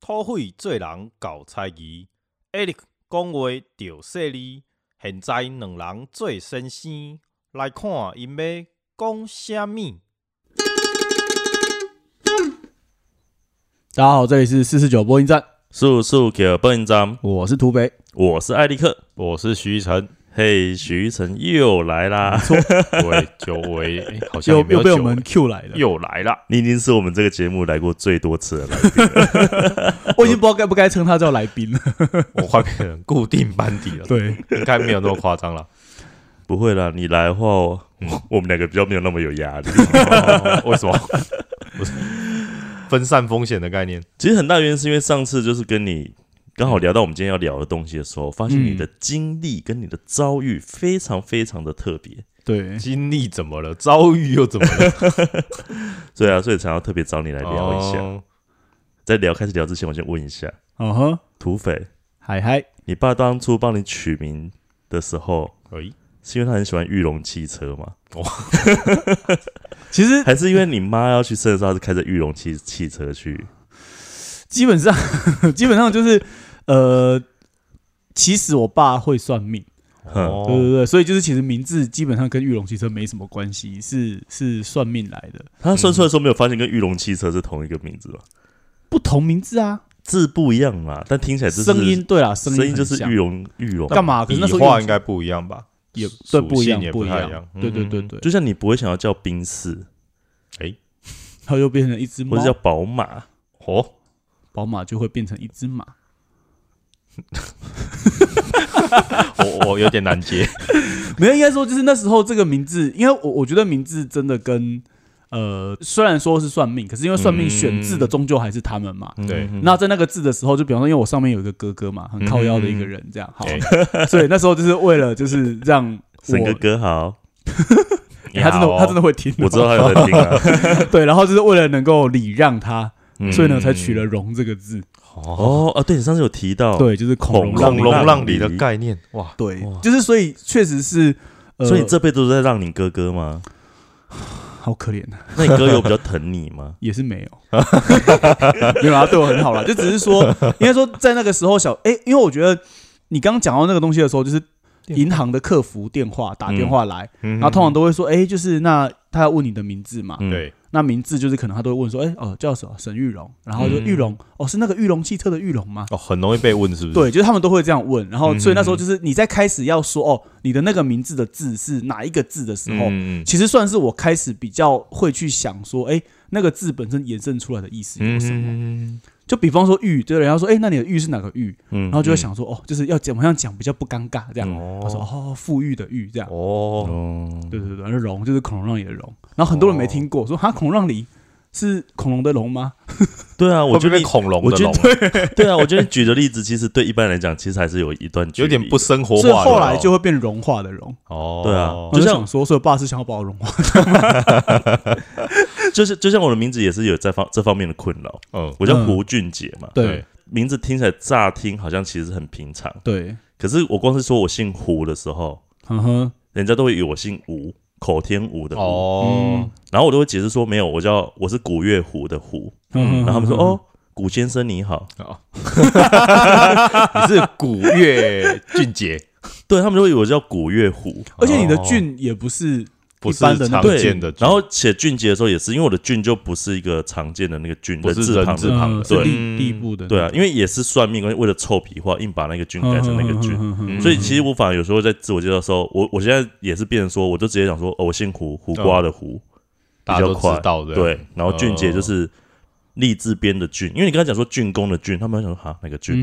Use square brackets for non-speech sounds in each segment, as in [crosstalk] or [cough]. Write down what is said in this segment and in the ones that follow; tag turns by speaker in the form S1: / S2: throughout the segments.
S1: 土匪做人搞猜疑，Eric 讲话着犀利。现在两人做先生，来看因要讲啥物。
S2: 大家好，这里是四四九播音站，
S3: 速速给笨章，
S2: 我是土北。
S3: 我是艾利克。
S1: 我是徐一晨，
S3: 嘿，徐晨又来啦！
S1: 喂，久
S3: [laughs]
S1: 违、诶好像
S2: 又
S1: 也没有
S2: 又被
S1: 久
S2: 我们 Q 来了，
S1: 又来啦。
S3: 你已经是我们这个节目来过最多次了啦。 [laughs]
S2: 我已经不知道该不该称他叫来宾了。
S1: 我快变成固定班底了，
S2: 对，
S1: 应该没有那么夸张
S3: [laughs]
S1: 了。
S3: 不会啦，你来的话， [laughs] 我我们两个比较没有那么有压力。 [laughs]
S1: 哦为什么？ [laughs] 不是分散风险的概念。
S3: 其实很大原因是因为上次就是跟你刚好聊到我们今天要聊的东西的时候，发现你的经历跟你的遭遇非常非常的特别。
S2: 对，
S1: 经历怎么了？遭遇又怎么了？
S3: 对啊，所以才要特别找你来聊一下。
S1: 哦
S3: 在聊开始聊之前，我先问一下，
S2: 嗯哼，
S3: 土匪，
S2: 嗨嗨，
S3: 你爸当初帮你取名的时候，
S1: 哎，
S3: 是因为他很喜欢玉龙汽车吗？
S2: 其实
S3: 还是因为你妈要去生的时候，她是开着玉龙汽汽车去？
S2: 基本上 [laughs] 基本上就是呃，其实我爸会算命，
S3: 哼，
S1: 哦
S2: 对对对，所以就是其实名字基本上跟玉龙汽车没什么关系，是是算命来的，
S3: 他算出来的时候没有发现跟玉龙汽车是同一个名字吗？
S2: 不同名字啊，
S3: 字不一样嘛，但听起来就是
S2: 声音对啦，声
S3: 声音
S2: 很
S3: 就是
S2: 像
S3: 玉龙玉龙，
S2: 干嘛？可是那时
S1: 呃笔
S2: 候
S1: 画
S2: 又
S1: 应该不一样吧？
S2: 也对
S1: 属
S2: 不一
S1: 性
S2: 样
S1: 也，
S2: 不
S1: 不
S2: 一
S1: 太一
S2: 样
S1: 样，
S2: 对对对
S1: 嗯
S2: 对，
S3: 就像你不会想要叫宾士，
S2: 它就变成一只猫
S3: 或者，叫宝马，
S1: 哦，
S2: 宝马就会变成一只马，
S1: 我我有点难 [laughs] 接。
S2: [laughs] 没有，应该说就是那时候这个名字，因为我我觉得名字真的跟呃，虽然说是算命，可是因为算命选字的终究还是他们嘛。
S1: 对
S3: 嗯
S2: 那在那个字的时候，就比方说，因为我上面有一个哥哥嘛，很靠腰的一个人，这样好，
S1: 对
S2: 所以那时候就是为了就是让
S3: [laughs]
S2: 我
S3: 沈哥，哥好，
S2: 欸他真的他真
S1: 的，
S2: 的会听，
S3: 我知道他有在听啊，
S2: [laughs] 对，然后就是为了能够礼让他，
S3: 嗯
S2: 所以呢才取了“容”这个字，
S3: 哦啊，对你上次有提到，，
S2: 对，就是孔
S3: 孔
S2: 融
S3: 让
S1: 恐
S2: 让
S3: 你
S2: 梨，
S1: 龙
S3: 让
S1: 让
S3: 梨
S1: 梨的概念，哇，
S2: 对
S3: 哇，
S2: 就是所以确实是，呃
S3: 所以你这辈子都在让你哥哥吗？
S2: 好可怜啊。？
S3: 那你哥有比较疼你吗
S2: [laughs] 也是没有，没有啊，他对我很好啦，就只
S1: [laughs]
S2: 是说，应该说在那个时候小，哎、因为我觉得你刚刚讲到那个东西的时候，就是银行的客服电话打电话来，
S1: 然
S2: 然后通常都会说，哎、就是那他要问你的名字嘛，
S3: 嗯，
S1: 对，
S2: 那名字就是可能他都会问说，哎、哦叫什么沈玉荣，然后就
S1: 嗯
S2: 玉荣，哦是那个玉龙汽车的玉龙吗？
S1: 哦，很容易被问是不是？
S2: 对，就是他们都会这样问，然后
S1: 嗯
S2: 所以那时候就是你在开始要说哦，你的那个名字的字是哪一个字的时候，
S1: 嗯，嗯嗯
S2: 其实算是我开始比较会去想说，哎、那个字本身衍生出来的意思有什么？
S1: 嗯，
S2: 就比方说玉，对，人家说，哎、那你的玉是哪个玉？
S3: 嗯
S2: 然后就会想说，哦，就是要怎么样讲比较不尴尬这样。
S3: 嗯
S2: 我说，哦，富裕的裕这样。
S1: 哦，
S3: 哦，
S2: 对对对，然后龙就是孔融让梨的龙。然后很多人没听过，说哈孔融让梨是恐龙的龙吗？
S3: 对啊，我
S1: 会
S3: 觉
S1: 不
S3: 得
S1: 会变
S3: 你
S1: 恐龙
S3: 我
S1: 的
S3: 觉
S1: 龙
S3: 得？ [laughs] 对啊，我觉得你举的例子其实对一般来讲，其实还是有一段距
S1: 有点
S3: 离
S1: 不生活
S2: 所以
S1: 化了哦。
S2: 后来就会变融化的融。
S1: 哦，
S3: 对啊
S2: 我就
S3: 就像
S2: 想说，所以我爸是想要把我融化。
S3: 就是就像我的名字也是有这方这方面的困扰，
S1: 嗯，
S3: 我叫
S2: 嗯
S3: 胡俊杰嘛，
S2: 对
S3: 名字听起来乍听好像其实很平常，
S2: 对，嗯
S3: 可是我光是说我姓胡的时候，
S2: 呵呵，
S3: 人家都会以为我姓吴，口天吴的吴，
S1: 哦，
S3: 然后我都会解释说没有，我叫我是古月胡的胡，
S2: 嗯，
S3: 然后他们说
S2: 嗯，
S3: 哦，古先生你好，
S1: 哦你是古月俊杰，
S3: 对他们就会以为我叫古月胡，
S2: 而且你的
S1: 哦
S2: 俊也不是
S1: 不
S2: 一
S1: 是
S2: 般的那
S1: 常
S2: 个
S3: 对
S1: 见的俊，
S3: 然后写俊杰的时候也是，因为我的俊就不是一个常见的那个俊，
S1: 不
S3: 人
S1: 是
S3: 字旁
S1: 人字
S3: 的，
S1: 旁
S2: 嗯
S1: 的
S2: 是
S3: 对
S2: 第第一步的那个。
S3: 对啊，因为也是算命，为了臭皮话，硬把那个俊改成那个俊。
S2: 嗯
S3: 所以其实我反而有时候在自我介绍的时候，我我现在也是变成说，我就直接讲说，哦，我姓胡，胡瓜的胡，
S1: 大家
S3: 比较
S1: 都
S3: 快
S1: 知道的。，
S3: 对。然
S1: 哦
S3: 后俊杰就是立字边的俊，因为你刚才讲说俊公的俊，他们会想说哈那
S2: 嗯
S3: 个俊，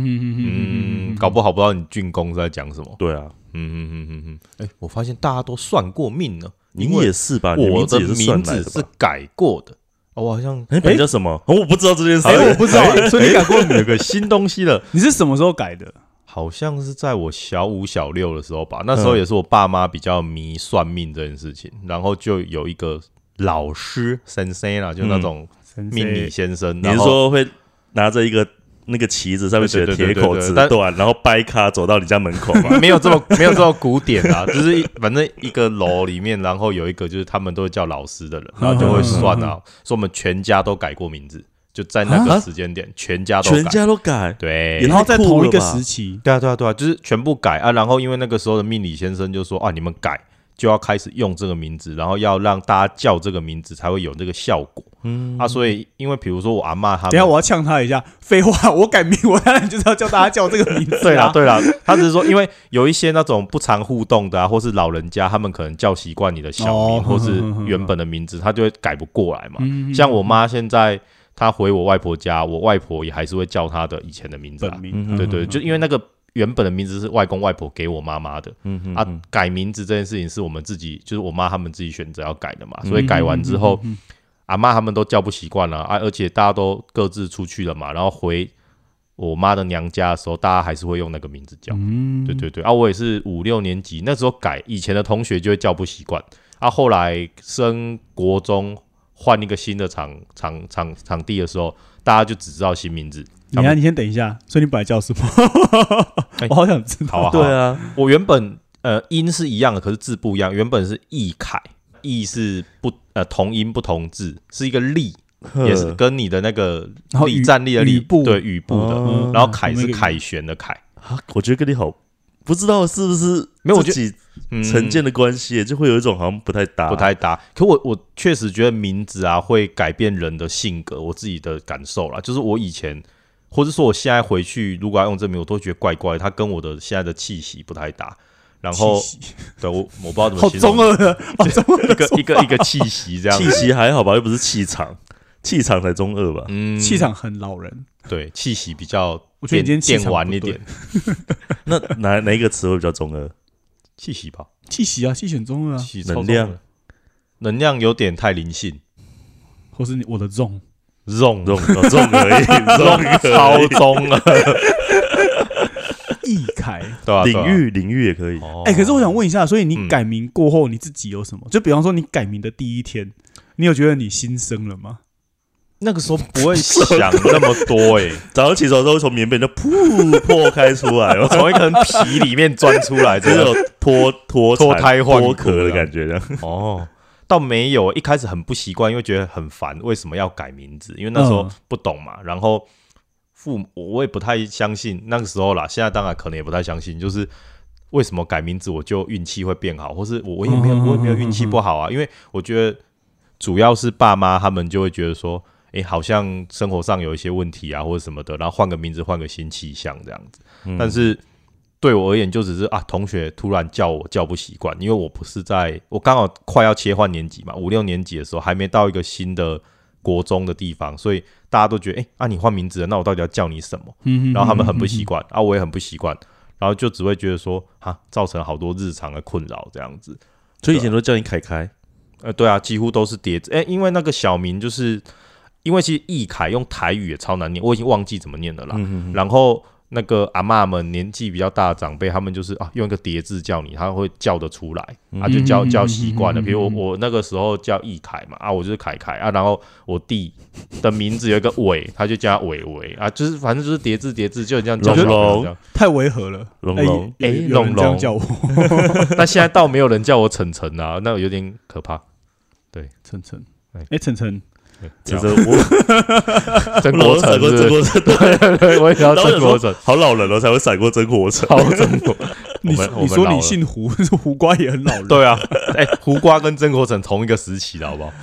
S1: 嗯，搞不好不知道你俊公是在讲什么。
S3: 对啊，
S1: 嗯嗯嗯嗯嗯，哎，我发现大家都算过命呢，
S3: 你
S1: 因为
S3: 也是吧？你
S1: 我
S3: 名字
S1: 的
S3: 也是算
S1: 名
S3: 来
S1: 字
S3: 的
S1: 是
S3: 吧？
S1: 改过的。哦，我好像
S3: 哎，本来叫什么？哦我不知道这件事
S2: 哎，我
S3: 情。
S2: 不知道，所以你改过
S1: 哎有个新东西
S3: [laughs]
S1: 了，
S2: 你是什么时候改的？
S1: 好像是在我小五、小六的时候吧，那时候也是我爸妈比较迷算命这件事情，然后就有一个老师先生啦，就那种命理先生，
S3: 嗯你
S1: 然
S3: 是
S1: 后
S3: 说会拿着一个那个旗子上面写的
S1: 对
S3: 铁
S1: 对对
S3: 口
S1: 对对
S3: 直
S1: 但。
S3: 断，然后掰卡走到你家门口嘛
S1: [laughs] 没有这么没有这么古典啊，就是一反正一个楼里面，然后有一个就是他们都会叫老师的人，然后就会算啊，说我们全家都改过名字，就在那
S3: 啊
S1: 个时间点，全家都
S3: 全
S1: 改，
S3: 家都改，
S1: 对，
S3: 也
S2: 然后在
S3: 太酷
S2: 同
S3: 了
S2: 一个
S3: 吧
S2: 时期，
S1: 对啊，对啊，对啊，就是全部改啊。然后因为那个时候的命理先生就说啊，你们改就要开始用这个名字，然后要让大家叫这个名字才会有这个效果。嗯啊，所以因为比如说我阿嬷他们，
S2: 等一下我要呛他一下。废话， [laughs] 我改名，我当然就是要叫大家叫这个名 [laughs] 字、啊。
S1: 对啦，对啦，他只是说，因为有一些那种不常互动的啊，或是老人家，他们可能叫习惯你的小名、
S2: 哦
S1: 或是原本的名字，他就会改不过来嘛。像我妈现在，她回我外婆家，我外婆也还是会叫她的以前的名字、啊
S2: 本。名，
S1: 对对，就因为那个原本的名字是外公外婆给我妈妈的，嗯嗯啊，改名字这件事情是我们自己，就是我妈他们自己选择要改的嘛，所以改完之后，阿妈他们都叫不习惯了啊，而且大家都各自出去了嘛，然后回我妈的娘家的时候，大家还是会用那个名字叫，
S2: 嗯，
S1: 对对对，啊，我也是五六年级那时候改，以前的同学就会叫不习惯，啊，后来升国中换一个新的场场场场地的时候，大家就只知道新名字。
S2: 你啊，你先等一下，所以你本来叫什么？
S1: 哎
S2: 我好想知道。
S1: 好啊，好
S3: 对
S1: 啊
S3: 啊，
S1: 我原本呃音是一样的，可是字不一样。原本是易凯，易是不呃同音不同字，是一个力，也是跟你的那个
S2: 嗯然后
S1: 力
S2: 语
S1: 战力的
S2: 语
S1: 力
S2: 部
S1: 对语部的。嗯
S3: 哦
S1: 然后凯
S2: 我们
S1: 是
S2: 一个
S1: 凯旋的凯，
S3: 啊，我觉得跟你好，不知道是不是
S1: 没有我觉
S3: 自
S1: 得
S3: 己
S1: 嗯
S3: 成见的关系，就会有一种好像不太搭，
S1: 不太搭。可我我确实觉得名字啊会改变人的性格，我自己的感受啦，就是我以前。或者说，我现在回去如果要用这名，我都觉得怪怪的，它跟我的现在的气息不太搭。然后，
S2: 气息
S1: 对我我不知道怎么
S2: 好
S1: 形容
S2: 中二啊的，好中二
S1: 一
S2: 的
S1: 个
S2: 说
S1: 一个一个气息这样
S3: 气
S1: 子，
S3: 息还好吧，又不是气场，气场才中二吧。
S1: 嗯，
S2: 气场很老人。
S1: 对，气息比较
S2: 我觉得你今天
S1: 电
S2: 气场
S1: 电玩一
S2: 不对
S1: 点，
S3: 那哪哪一个词汇比较中二？
S1: 气息吧，
S2: 气息啊，气选中二啊，
S1: 气超
S3: 能量，
S1: 重的能量有点太灵性，
S2: 或是你我
S1: [laughs]
S2: 的重，
S1: 重
S3: 中哦中而已，中而已
S1: 超中
S3: 啊
S1: 了，
S2: 易凯。
S1: 对啊吧？
S3: 领域领域也可以。
S1: 哎
S2: 哎、可是我想问一下，所以你
S1: 嗯
S2: 改名过后，你自己有什么？就比方说，你改名的第一天，你有觉得你新生了吗？
S1: 那个时候不会 [laughs] 想那么多
S3: [laughs]
S1: 哎，
S3: 早上起床之后，从棉被就噗破开出来哦，
S1: 从一个人皮里面钻出
S3: [laughs]
S1: 来，
S3: 就
S1: 真
S3: 是
S1: 的
S3: 有脱脱
S1: 脱
S3: 产
S1: 胎换骨
S3: 脱壳的感觉，这样
S1: 哦。倒没有，一开始很不习惯，因为觉得很烦，为什么要改名字？因为那时候
S2: 嗯
S1: 不懂嘛。然后父母，我也不太相信那个时候啦，现在当然可能也不太相信，就是为什么改名字我就运气会变好，或是我我也没有
S2: 嗯嗯嗯
S1: 我也没有运气不好啊？因为我觉得主要是爸妈他们就会觉得说，诶，好像生活上有一些问题啊，或者什么的，然后换个名字，换个新气象这样子。
S2: 嗯
S1: 但是对我而言，就只是啊，同学突然叫我叫不习惯，因为我不是在我刚好快要切换年级嘛，五六年级的时候还没到一个新的国中的地方，所以大家都觉得，诶，啊，你换名字了，那我到底要叫你什么？
S2: 嗯
S1: 然后他们很不习惯，啊，我也很不习惯，然后就只会觉得说，啊，造成好多日常的困扰这样子。
S3: 所以以前都叫你凯凯，
S1: 呃，对啊，几乎都是叠字。哎、因为那个小名就是，因为其实易凯用台语也超难念，我已经忘记怎么念了
S3: 嗯
S1: 啦。然后那个阿嬷们年纪比较大的长辈，他们就是啊，用一个叠字叫你，他会叫得出来，
S3: 嗯
S1: 啊，就叫叫习惯了。比如我我那个时候叫易凯嘛，啊，我就是凯凯啊，然后我弟的名字有一个伟，他就叫他伟伟啊，就是反正就是叠字叠字，就很像叫小朋友这样。
S2: 太违和了。
S3: 龙
S2: 哎
S3: 龙，
S2: 有
S1: 哎
S2: 有人
S1: 龙
S2: 这样
S1: 龙
S2: 叫我
S1: 但现在倒没有人叫我晨晨啊，那有点可怕。
S3: [laughs]
S2: 晨晨
S1: 哎。
S2: 哎，晨晨，
S3: 其实我
S1: 曾国成是不
S3: 我有闪过曾
S1: 是，
S3: 国成，
S1: 对， [laughs] 我也要
S3: 然后我
S1: 曾
S3: 想
S1: 国
S3: 说
S1: 成。
S3: 好老人了才会闪过曾国 [laughs] 成，
S1: 好曾国，
S2: 你
S1: 我们
S2: 说
S1: 我
S2: 你
S1: 们
S2: 说
S1: 老
S2: 你
S1: 了
S2: 姓胡， [laughs] 胡瓜也很老
S1: [laughs]
S2: 人。
S1: 对啊，哎、胡瓜跟曾国成同一个时期的好不好？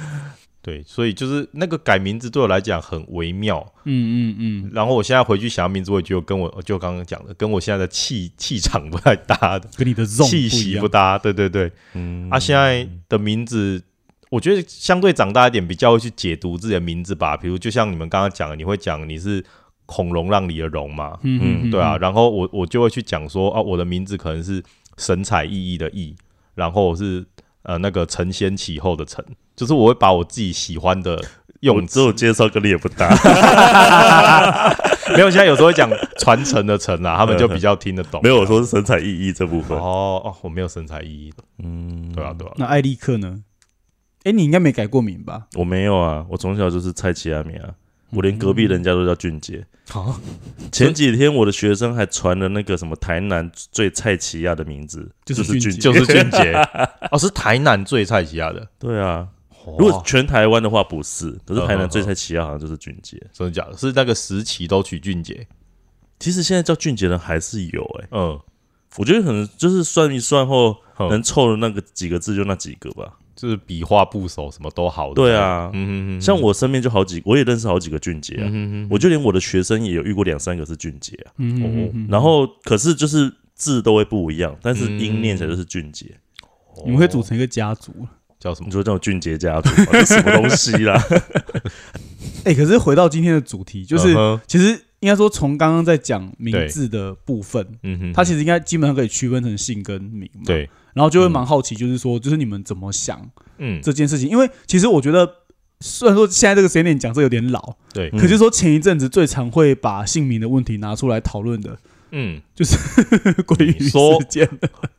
S1: 对，所以就是那个改名字对我来讲很微妙。
S2: 嗯嗯嗯，
S1: 然后我现在回去想名字，我也觉得跟我就刚刚讲的，跟我现在的气气场不太搭的，
S2: 跟你的重
S1: 气
S2: 一
S1: 息
S2: 样
S1: 不。搭。对对对，
S3: 嗯
S1: 啊，现在的名字，我觉得相对长大一点，比较会去解读自己的名字吧。比如就像你们刚刚讲的，你会讲你是孔融让梨的融嘛，
S2: 嗯
S1: 对啊，，然后我我就会去讲说啊，我的名字可能是神采奕奕的奕，然后我是呃那个承先启后的承，就是我会把我自己喜欢的
S3: 我
S1: 用
S3: 只
S1: 字，
S3: 有介绍跟你也不搭，
S1: 没有现在有时候会讲传承的承啊，他们就比较听得懂。
S3: 没有我说是神采奕奕这部分，
S1: 哦哦，我没有神采奕奕的，嗯，对啊对啊，
S2: 那艾利克呢？哎，你应该没改过名吧？
S3: 我没有啊，我从小就是蔡奇阿米啊，我连隔壁人家都叫俊杰。
S1: 好，
S3: 前几天我的学生还传了那个什么台南最菜奇亚的名字，
S2: 就
S3: 就是是
S2: 俊
S3: 俊
S2: 杰
S3: 杰。
S1: 就是俊杰 [laughs] 哦，是台南最菜奇亚的。
S3: 对啊，如果全台湾的话不是，可是台南最菜奇亚好像就是俊杰。
S1: 真的假的？是那个时期都取俊杰，
S3: 其实现在叫俊杰的还是有哎、
S1: 嗯，
S3: 我觉得可能就是算一算后
S1: 嗯
S3: 能凑的那个几个字就那几个吧。
S1: 就是笔画部首什么都好的。
S3: 对，啊，
S1: 嗯嗯嗯，
S3: 像我身边就好几，我也认识好几个俊杰啊。
S1: 嗯
S3: 我就连我的学生也有遇过两三个是俊杰啊。
S2: 嗯嗯嗯嗯
S3: 然后可是就是字都会不一样，但是音念起来就是俊杰。
S2: 你们会组成一个家族。
S1: 叫什么
S3: 你？说这种俊杰家族 [laughs] 啊，这什么东西啦？
S2: 哎、可是回到今天的主题，就是、
S1: 嗯哼
S2: 其实应该说从刚刚在讲名字的部分，
S1: 嗯哼，
S2: 它其实应该基本上可以区分成姓跟名嘛。，
S1: 对，
S2: 然后就会蛮好奇，就是说，就是你们怎么想
S1: 嗯，
S2: 这件事情？因为其实我觉得。虽然说现在这个时间点讲这有点老，
S1: 对，
S3: 嗯
S2: 可是说前一阵子最常会把姓名的问题拿出来讨论
S3: [laughs]
S2: 的
S1: 嗯，
S2: 鲑鱼
S1: 你说
S2: 事件，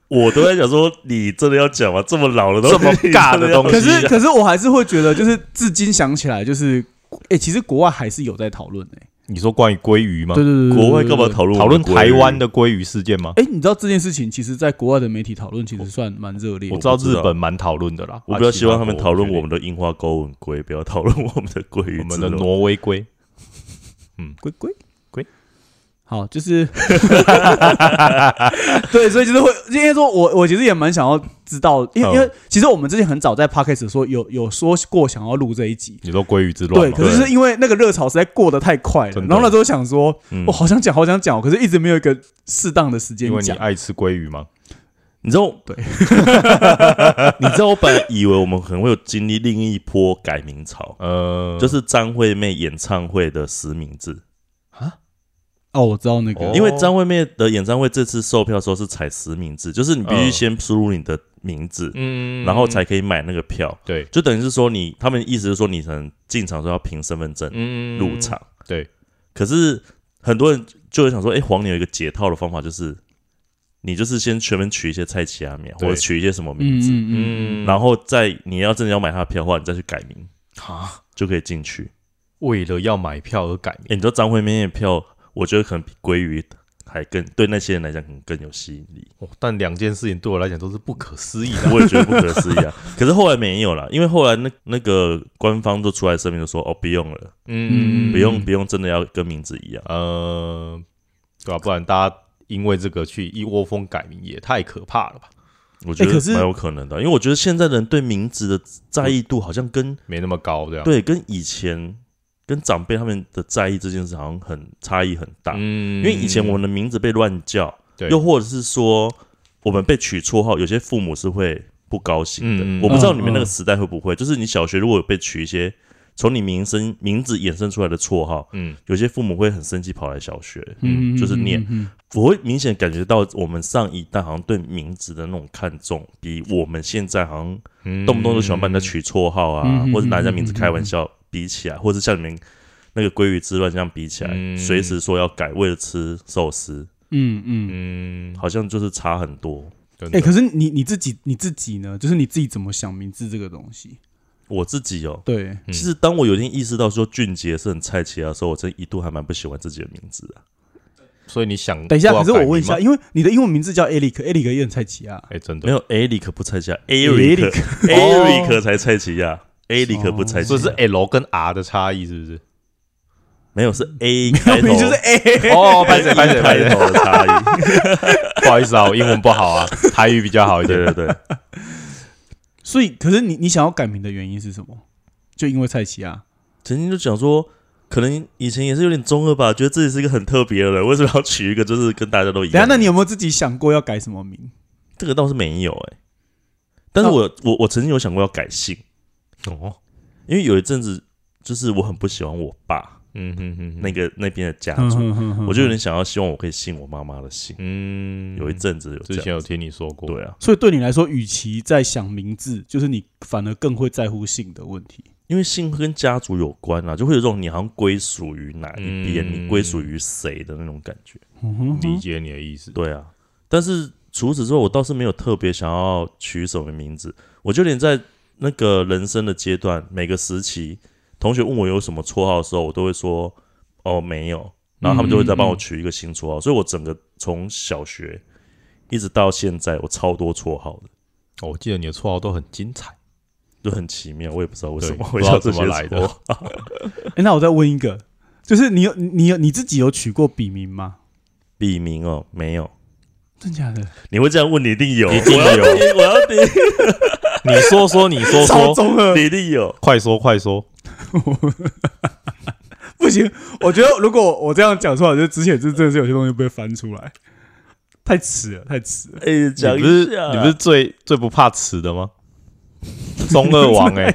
S3: 我都在想说，你真的要讲 [laughs] 吗？这么老的东西，
S1: 这么尬的东西
S2: 可
S3: 啊
S2: 是可是我还是会觉得，就是至今想起来，就是哎、欸其实国外还是有在讨论哎，
S1: 你说关于鲑鱼吗？
S2: 对对对对，
S3: 啊国外干嘛呃讨论
S1: 讨论
S3: 我们
S1: 台湾
S3: 的
S1: 的鲑鱼事件吗？
S2: 哎、你知道这件事情，其实在国外的媒体讨论其实算蛮热烈的。
S1: 我知道
S3: 我不知
S1: 日
S3: 道
S1: 本蛮讨论的啦，
S3: 鲑鱼？我
S1: 啊
S3: 比较希望他们讨论我
S1: 们
S3: 们的樱花勾吻龟，不要讨论我们的鲑鱼
S1: 我们
S3: 之
S1: 的
S3: 类
S1: 挪威龟。
S2: 龟龟
S1: 龟，
S2: 好，就是，对，所以就是会，应该说我我其实也蛮想要知道，因为因为
S3: 嗯
S2: 其实我们之前很早在 podcast 说有有说过想要录这一集。
S1: 你说鲑鱼之乱
S2: 对，
S1: 吗？
S2: 可是就是因为那个热潮实在过得太快了，
S1: 真的
S2: 然后那时候想说，
S3: 嗯
S2: 我好想讲，好想讲哦，可是一直没有一个适当的时间
S1: 因为你
S2: 讲。
S1: 爱吃鲑鱼吗？
S3: 你知道我 [laughs]
S2: 对，
S3: 你知道我本来以为我们可能会有经历另一波改名潮，
S1: 呃，
S3: 就是张惠妹演唱会的实名制，
S2: 哦，我知道那个
S1: 哦，
S3: 因为张惠妹的演唱会这次售票的时候是采实名制，就是你必须
S1: 嗯
S3: 先输入你的名字，
S1: 嗯
S3: 然后才可以买那个票，
S1: 对，
S3: 就等于是说你他们意思是说你可能进场时候要凭身份证
S1: 嗯
S3: 入场，
S1: 对，
S3: 可是很多人就会想说，哎、黄牛有一个解套的方法就是。你就是先全门取一些蔡奇亚名，或
S1: 对
S3: 者取一些什
S2: 嗯
S3: 么名字，
S2: 嗯嗯，
S1: 嗯
S3: 然后再你要真的要买他的票的话，你再去改名
S1: 啊，
S3: 就可以进去。
S1: 为了要买票而改
S3: 哎、
S1: 名，
S3: 你知道张惠妹的票，我觉得可能比鲑鱼还更对那些人来讲可能更有吸引力。
S1: 哦但两件事情对我来讲都是不可思议的。
S3: [laughs] 我也觉得不可思议啊。可是后来没有了，因为后来那那个官方就出来声明就说，哦，不用了，
S2: 嗯
S3: 不用不用，真的要跟名字一样。
S1: 呃，对吧、不然大家因为这个去一窝蜂改名也太可怕了吧？
S3: 我觉得
S2: 可是
S3: 蛮有可能的，啊因为我觉得现在人对名字的在意度好像跟
S1: 没那么高，对吧、
S3: 对跟以前跟长辈他们的在意这件事好像很差异很大。
S1: 嗯
S3: 因为以前我们的名字被乱叫，
S1: 对
S3: 又或者是说我们被取绰号，有些父母是会不高兴的。
S1: 嗯嗯
S3: 我不知道你
S2: 嗯
S3: 们
S2: 嗯
S3: 那个时代会不会，就是你小学如果有被取一些从你名声名字衍生出来的绰号，
S1: 嗯
S3: 有些父母会很生气跑来小学。
S2: 嗯，嗯
S3: 就是念，
S2: 嗯嗯嗯
S3: 我会明显感觉到我们上一代好像对名字的那种看重，比我们现在好像
S1: 嗯
S3: 动不动就喜欢帮人家取绰号啊，
S2: 嗯嗯嗯嗯
S3: 或者拿人家名字开玩笑比起来，或者像你们那个鲑鱼之乱这样比起来，
S1: 嗯
S3: 随、时说要改，为了吃寿司，
S2: 嗯嗯。
S1: 嗯，
S3: 好像就是差很多。
S1: 真
S2: 哎、
S1: 的
S2: 可是你你自己你自己呢？就是你自己怎么想名字这个东西？
S3: 我自己哦，
S2: 对，
S1: 嗯
S3: 其实当我有一天意识到说俊杰是很菜奇亚的时候，我真一度还蛮不喜欢自己的名字的、
S1: 所以你想
S2: 等一下，
S1: 过要
S2: 可是
S1: 改
S2: 我
S1: 名
S2: 问一下，
S1: 吗，
S2: 因为你的英文名字叫 Eric，Eric 也很菜奇啊。
S1: 哎、真的
S3: 没有 Eric 不菜奇啊亚，Eric，Eric [laughs] 才菜啊哦奇亚，Eric 不菜奇
S1: 所
S3: 啊亚，
S1: 以是 L 跟 R 的差异是不是？
S3: [laughs] 没 [laughs] 有是
S2: [laughs]
S3: A 开头，
S2: 明明就是 A，
S1: 哦，拍
S3: 拍
S1: 谁
S3: 着
S1: 拍
S3: 拍
S1: 谁拍
S3: 着开
S1: 谁，
S3: 头 [laughs] 的差异。
S1: 不好意思啊，我英文不好啊，台语比较好一点
S3: 对。对对，
S2: 所以可是你你想要改名的原因是什么？就因为菜奇啊，
S3: 曾经就讲说。可能以前也是有点中二吧，觉得自己是一个很特别的人，为什么要取一个就是跟大家都一
S2: 等一下，
S3: 样？
S2: 那你有没有自己想过要改什么名？
S3: 这个倒是没有哎、但是我、我我曾经有想过要改姓，
S1: 哦，
S3: 因为有一阵子就是我很不喜欢我爸
S1: 嗯哼哼哼
S3: 那个那边的家
S2: 嗯
S3: 族，
S2: 哼哼哼
S3: 我就有点想要希望我可以信我妈妈的姓。
S1: 嗯，
S3: 有一阵子有
S1: 之
S3: 这
S1: 前
S3: 样，
S1: 有听你说过，
S3: 对啊，
S2: 所以对你来说，与其在想名字，就是你反而更会在乎姓的问题。
S3: 因为姓跟家族有关啊，就会有这种你好像归属于哪一边，
S1: 嗯
S3: 你归属于谁的那种感觉。
S2: 嗯哼
S1: 理
S2: 哼，
S1: 解你的意思。
S3: 对啊，但是除此之外，我倒是没有特别想要取什么名字，我就连在那个人生的阶段，每个时期。同学问我有什么绰号的时候，我都会说哦没有，
S1: 嗯
S3: 然后他们就会再帮我取一个新绰号，所以我整个从小学一直到现在，我超多绰号的，
S1: 哦我记得你的绰号都很精彩，
S3: 就很奇妙， [laughs] 我也不知道为什
S1: 对
S3: 么
S1: 不
S3: 会
S1: 知道
S3: 叫这
S1: 怎么
S3: 些
S1: 来的
S3: 绰号
S2: 哎，那我再问一个，就是你有你有你自己有取过笔名吗？
S3: 笔名哦，没有。
S2: 真假的？
S3: 你会这样问，你一定有，
S1: 一定
S3: 我要
S1: 有
S3: 听我 [laughs] 要听，
S1: 你说说，你说
S2: 超
S1: 说，
S2: 中二，
S3: 你一定有。
S1: 快说快说，
S2: 不行，我觉得如果我这样讲出来，就之前就真的是有些东西被翻出来，太迟了，太迟了。
S3: 哎、讲
S1: 你
S3: 一
S1: 不是
S3: 下，
S1: 你不是最最不怕迟的吗？ [laughs] 中二王哎、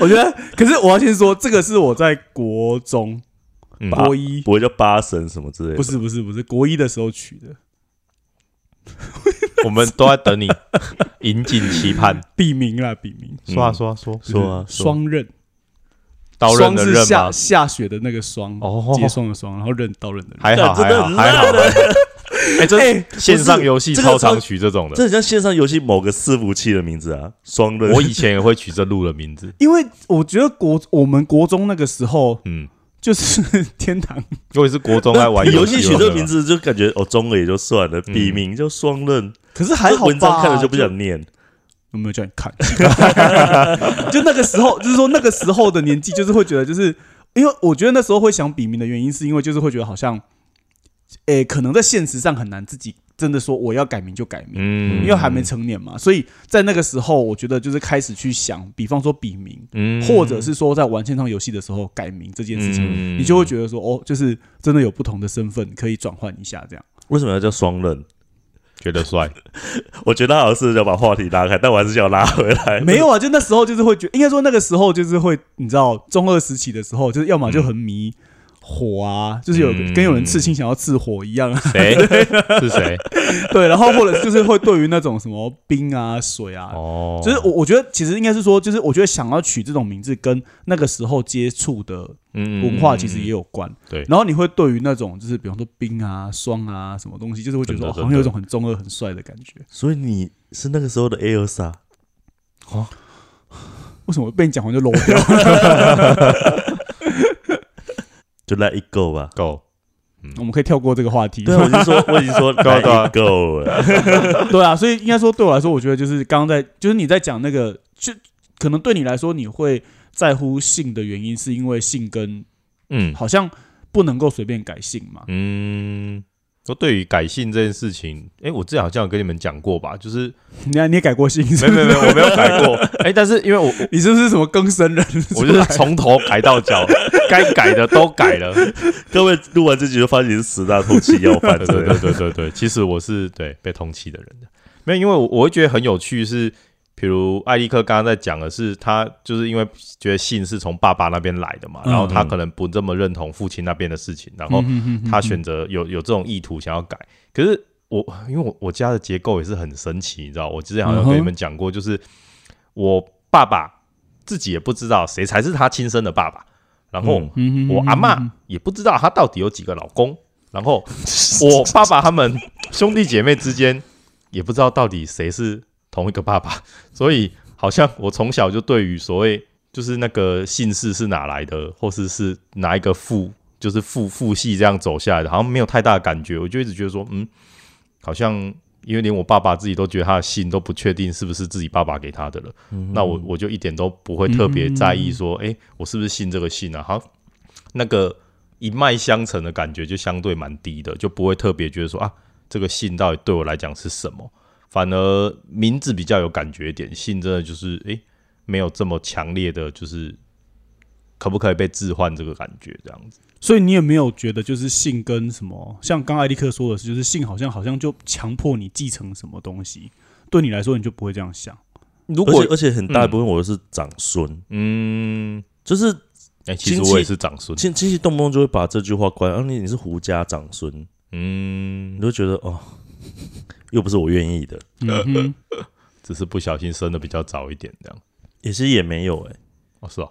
S2: 我觉得，可是我要先说，这个是我在国中
S3: [laughs]
S1: 嗯
S2: 国一，
S3: 不会叫八神什么之类的？
S2: 不是不是不是国一的时候取的
S1: 我们都在等你，引颈期 [laughs] 盼。
S2: 笔名啦，笔名
S1: 说啊说啊说，
S3: 说啊，说
S2: 双刃，
S1: 刀刃
S2: 霜
S1: 的
S2: 是
S1: 刃
S2: 下
S1: 吗？
S2: 下雪的那个霜，
S1: 哦，
S2: 结霜的霜，然后刃刀刃的刃。
S1: 还好
S3: 干
S1: 还
S3: 真的
S1: 好
S3: 很
S1: 还好
S3: 烂，欸
S1: 还好哎，
S3: [laughs]
S2: 哎
S1: 这线上
S3: 不是
S1: 游戏
S3: 这个
S1: 超常
S3: 超
S1: 取这种的
S3: 这。很像线上游戏某个伺服器的名字啊，双刃。
S1: 我
S3: [laughs]
S1: 以前也会取这路的名字，
S2: 因为我觉得国我们国中那个时候
S1: 嗯，
S2: 就是 [laughs] 天堂，
S1: 因为是国中在玩
S3: 游
S1: 戏
S3: 戏嗯取
S1: 嘛
S3: 这个名，字就感觉哦，中文也就算了，笔名叫双刃，
S2: 可是还
S3: 这
S2: 好吧？
S3: 文章看了就不
S2: 就
S3: 想念。
S2: 有没有叫你看？ [laughs] 就那个时候，就是说那个时候的年纪，就是会觉得，就是因为我觉得那时候会想笔名的原因，是因为就是会觉得好像，诶、可能在现实上很难自己真的说我要改名就改名，
S1: 嗯
S2: 因为还没，成年嘛，所以在那个时候，我觉得就是开始去想，比方说笔名，
S1: 嗯
S2: 或者是说在玩线上游戏的时候改名这件事情，
S1: 嗯
S2: 你就会觉得说，哦，就是真的有不同的身份可以转换一下这样。
S3: 为什么要叫双刃？
S1: 觉得帅，
S3: 我觉得他好像是要把话题拉开，但我还是想拉回
S1: 哎
S3: 来。
S2: 没有啊，就那时候就是会觉应该说那个时候就是会，你知道中二时期的时候，就是要么就很迷火啊，就是有
S1: 嗯
S2: 跟有人刺青想要刺火一样啊，
S1: 谁 [laughs] 是谁？
S2: 对，然后或者就是会对于那种什么冰啊、水啊。
S1: 哦，
S2: 就是我，我觉得其实应该是说，就是我觉得想要取这种名字，跟那个时候接触的文
S1: 文
S2: 化其实也有关。
S1: 嗯对
S2: 然后你会对于那种就是比方说冰啊、霜啊什么东西，就是会觉得说
S1: 真的
S2: 哦
S1: 真
S2: 好像
S1: 的
S2: 有一种很中二、很帅的感觉。
S3: [laughs] 所以你是那个时候的 A 尔莎，
S2: 为什么被你讲完就漏掉？
S3: 就 Let It Go 吧。
S1: 够
S2: [laughs] 我们可以跳过这个话题。
S3: 对啊，我已经说，我已经 [laughs] 说
S1: 对啊对啊
S3: Let It Go 了。
S2: 对啊，所以应该说对我来说，我觉得就是刚刚在，就是你在讲那个，就可能对你来说，你会在乎性的原因，是因为性跟
S1: 嗯
S2: 好像不能够随便改性嘛。
S1: 嗯。说对于改姓这件事情，哎，我之前好像有跟你们讲过吧，
S2: [laughs]
S1: 就是
S2: 你看你也改过性是
S1: 没
S2: 不
S1: 嗯没
S2: 是？
S1: 没，我没有改过，哎，但是因
S2: [laughs]
S1: 为我我
S2: 你是不是什么更生人？
S1: 我就是从头改到脚，该改的都改
S2: [laughs]
S1: 了，
S3: 各位录完这集就发现你是十大偷气要犯
S1: 对
S3: 真
S1: 对
S3: 的
S1: 对对对 [laughs] 对，其实我是对被通缉的人的，没有，因为我我会觉得很有趣是，比如艾利克刚刚在讲的是，他就是因为觉得性是从爸爸那边来的嘛，
S2: 嗯
S1: 然后他可能不这么认同父亲那边的事情，然后
S2: 嗯
S1: 他选择有有这种意图想要改，可是我因为我我家的结构也是很神奇，你知道，我之前好像跟你们讲过，就是我爸爸自己也不知道谁才是他亲生的爸爸，然后
S3: 嗯
S1: 我阿嬷也不知道她到底有几个老公，然后我爸爸他们兄弟姐妹之间也不知道到底谁是同一个爸爸，所以好像我从小就对于所谓就是那个姓氏是哪来的，或是是哪一个父，就是父父系这样走下来的，好像没有太大的感觉，我就一直觉得说，嗯，好像。因为连我爸爸自己都觉得他的姓都不确定是不是自己爸爸给他的了，那我我就一点都不会特别在意说，哎、我是不是姓这个姓啊？好，那个一脉相承的感觉就相对蛮低的，就不会特别觉得说啊，这个姓到底对我来讲是什么？反而名字比较有感觉一点，姓真的就是诶、没有这么强烈的，就是可不可以被置换这个感觉这样子。
S2: 所以你也没有觉得就是性跟什么，像刚艾利克说的是，就是性好像好像就强迫你继承什么东西，对你来说你就不会这样想。
S1: 如
S3: 而
S1: 果
S3: 且而且很大一部分我是长孙，
S1: 嗯，
S3: 就是
S1: 哎、其实
S3: 亲戚
S1: 我也是长孙，
S3: 亲亲戚动不动就会把这句话关，啊你你是胡家长孙，你
S1: 嗯，
S3: 就觉得哦，又不是我愿意的，
S1: 呃
S2: 嗯哼，
S1: 只是不小心生的比较早一点这样。
S3: 也其实也没有哎、
S1: 哦，是哦，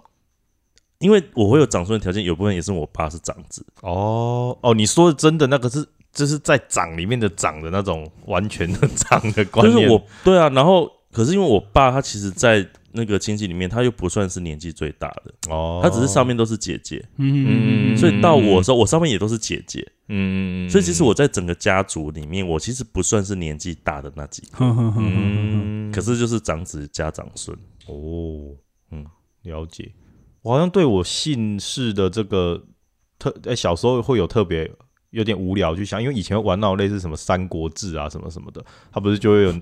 S3: 因为我会有长孙的条件，有部分也是我爸是长子，
S1: 哦哦，你说的真的那个是。就是在长里面的长的那种完全的长的观
S3: 就
S1: 念，
S3: 是我对啊，然后可是因为我爸他其实在那个亲戚里面，他又不算是年纪最大的，
S1: 哦，
S3: 他只是上面都是姐姐，
S2: 嗯
S1: 嗯
S3: 所以到我的时候，我上面也都是姐姐，
S1: 嗯，嗯嗯，
S3: 所以其实我在整个家族里面，我其实不算是年纪大的那几个，
S2: 哼嗯哼哼哼
S1: 嗯，
S3: 可是就是长子加长孙，
S1: 哦，嗯
S3: 嗯，
S1: 了解。我好像对我姓氏的这个特，哎、小时候会有特别有点无聊去想，因为以前玩那种类似什么《三国志》啊，什么什么的，他不是就会有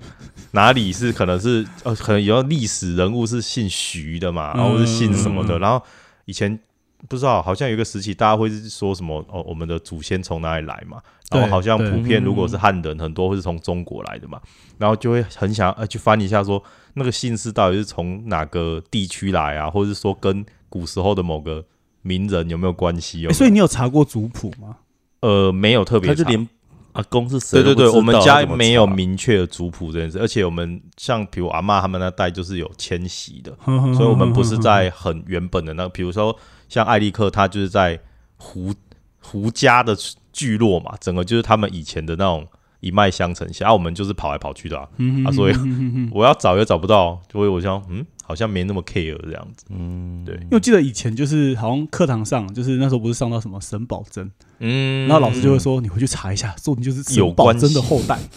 S1: 哪里是可能是呃，可能有历史人物是姓徐的嘛，然后是姓什么的，然后以前。不知道，好像有一个时期，大家会是说什么哦，我们的祖先从哪里来嘛？然后
S2: 对
S1: 好像
S2: 对
S1: 普遍如果是汉人，很多会是从中国来的嘛，然后就会很想呃去翻一下说那个姓氏到底是从哪个地区来啊，或者是说跟古时候的某个名人有没有关系有没有啊
S2: 欸所以你有查过族谱吗？
S1: 呃，没有特别
S3: 他就
S1: 查
S3: 连阿公是谁
S1: 对对
S3: 都不
S1: 对，
S3: 知道，
S1: 我们
S3: 他
S1: 家
S3: 怎么
S1: 没有
S3: 查
S1: 明确的族谱这件事，而且我们像比如阿嬷他们那代就是有迁徙 [laughs] 的，
S2: 所
S1: 所以我们不是在很原本的那个，比如说像艾利克，他就是在胡胡家的聚落嘛，整个就是他们以前的那种一脉相承下，啊，我们就是跑来跑去的啊，啊，所以
S2: 嗯
S1: 我要找也找不到，所以我想，嗯，好像没那么 care 这样子，嗯，对，
S2: 因为我记得以前就是好像课堂上，就是那时候不是上到什么沈葆桢，
S1: 嗯
S2: 然后老师就会说你回去查一下，说你就是沈
S1: 有
S2: 葆
S1: 关
S2: 桢
S1: 系
S2: 的后代。 [laughs]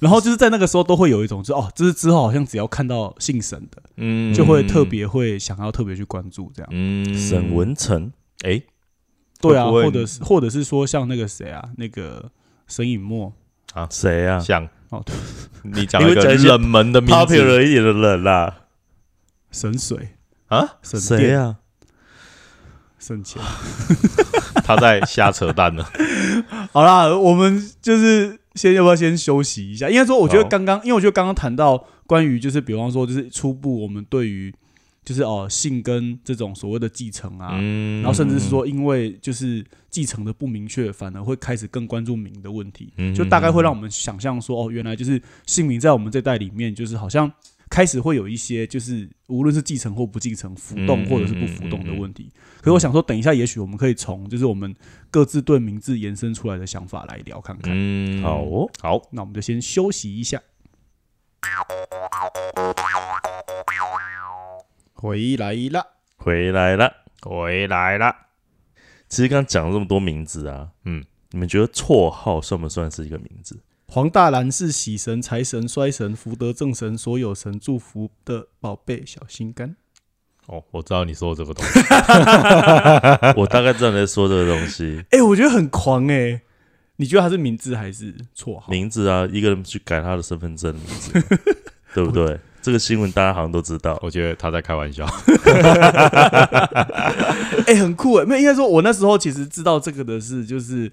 S2: 然后就是在那个时候都会有一种，就哦，就是之后好像只要看到姓沈的，
S1: 嗯
S2: 就会特，别会想要特别去关注这样。
S1: 嗯，
S3: 沈，文成，
S1: 哎、
S2: 对啊，
S1: 会不会
S2: 或者是或者是说像那个谁啊，那个沈尹默，
S3: 谁啊
S1: 像
S2: 哦对
S1: 你讲
S3: 你
S1: 了
S3: 会
S1: 一个
S3: 讲一些
S1: 冷门的名字
S3: ？popular 一点的人啦，
S2: 沈水、
S1: 啊，
S2: 沈
S3: 谁
S2: 殿、
S3: 啊？
S2: 沈乾。
S1: 他在瞎扯淡呢，
S2: 好啦，我们就是先要不要先休息一下？应该说，我觉得
S1: 好
S2: 刚刚，因为我觉得刚刚谈到关于就是，比方说，就是初步我们对于就是哦、性跟这种所谓的继承啊，
S1: 嗯
S2: 然后甚至是说，因为就是继承的不明确，反而会开始更关注名的问题，
S1: 嗯
S2: 就大概会让我们想象说，哦，原来就是姓名在我们这代里面，就是好像开始会有一些就是无论是继承或不继承、浮动
S1: 嗯
S2: 或者是不浮动的问题。可是我想说，等一下，也许我们可以从就是我们各自对名字延伸出来的想法来聊看看。
S1: 嗯，
S3: 好哦，
S1: 好，
S2: 那我们就先休息一下。回来啦，
S3: 回来了。
S1: 回来啦。
S3: 其实刚讲了这么多名字啊，
S1: 嗯
S3: 嗯，你们觉得绰号算不算是一个名字？
S2: 黄大蓝是喜神、财神、衰神、福德正神、所有神祝福的宝贝小心肝。
S1: 哦，我知道你说的这个东西，
S3: 我大概知道你在说这个东西。
S2: 哎、我觉得很狂哎、你觉得他是名字还是绰号？
S3: 名字啊，一个人去改他的身份证名字，
S1: [laughs]
S3: 对不对？这个新闻大家好像都知道。
S1: 我觉得他在开玩笑。
S2: 哎、很酷哎、没有应该说，我那时候其实知道这个的是就是。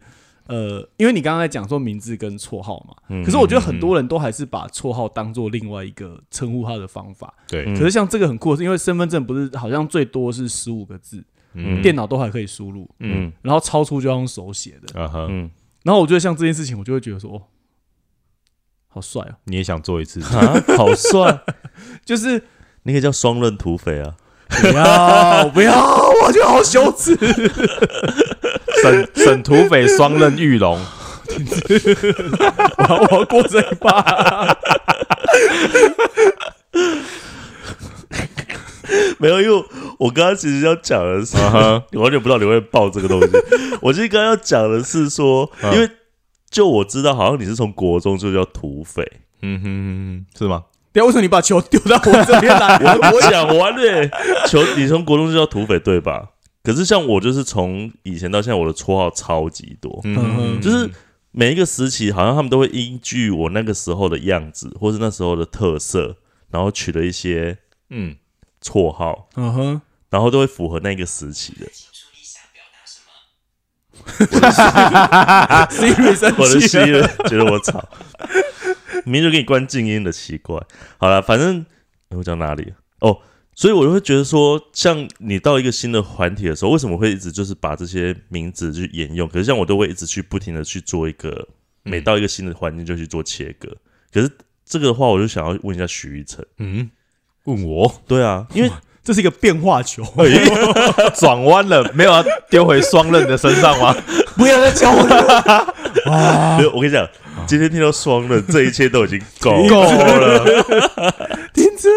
S2: 呃，因为你刚刚在讲说名字跟绰号嘛，
S3: 嗯
S2: 可是我觉得很多人都还是把绰号当做另外一个称呼他的方法。
S1: 对，
S3: 嗯
S2: 可是像这个很酷的是，因为身份证不是好像最多是十五个字，
S1: 嗯
S2: 电脑都还可以输入，
S3: 嗯
S2: 然后超出就要用手写的。
S1: 啊哈，
S3: 嗯，
S2: 然后我觉得像这件事情，我就会觉得说，哦，好帅哦，
S1: 你也想做一次？
S3: 啊，好帅！
S2: [laughs] 就是
S3: 你可以叫双刃土匪啊，
S2: 不要不要，我觉得好羞耻。
S1: 沈沈土匪双刃玉龙，
S2: 我要我要过这一把。 [laughs]
S3: 没有，因为我刚刚其实要讲的是，
S1: 啊哈，
S3: 我完全不知 [laughs] 道你会爆这个
S1: [laughs]
S3: 东西。我其实刚刚要讲的是说，
S1: 嗯
S3: 因为就我知道，好像你是从国中就叫土匪。
S1: [laughs] 嗯哼，是吗？
S2: 对啊，为什么你把球丢到我这边来？
S3: 我讲完嘞、球你从国中就叫土匪对吧？可是像我就是从以前到现在，我的绰号超级多，
S2: 嗯
S3: 就是每一个时期，好像他们都会依据我那个时候的样子，或是那时候的特色，然后取了一些
S1: 嗯，
S3: 绰号，
S2: [laughs] 嗯哼，
S3: 然后都会符合那个时期的。
S2: s i r i 啊生
S3: [laughs] 我的
S2: 气
S3: 心
S2: 了。
S3: 觉得我吵，明明就给你关静音的，奇怪。好了，反正哎我讲哪里哦，所以我就会觉得说，像你到一个新的团体的时候，为什么会一直就是把这些名字去沿用？可是像我都会一直去不停的去做一个，每到一个新的环境就去做切割。可是这个的话，我就想要问一下许一成，
S1: 嗯，问我
S3: 对啊，因为
S2: 这是一个变化球，
S1: 转弯了，没有要丢回双刃的身上 [laughs] 吗？
S2: [laughs] 不要再教我了。
S1: 哦 [laughs]
S3: 没有我跟你讲，今天听到双刃，这一切都已经够
S2: 够
S3: 了。
S2: [laughs] 停 [laughs] 止。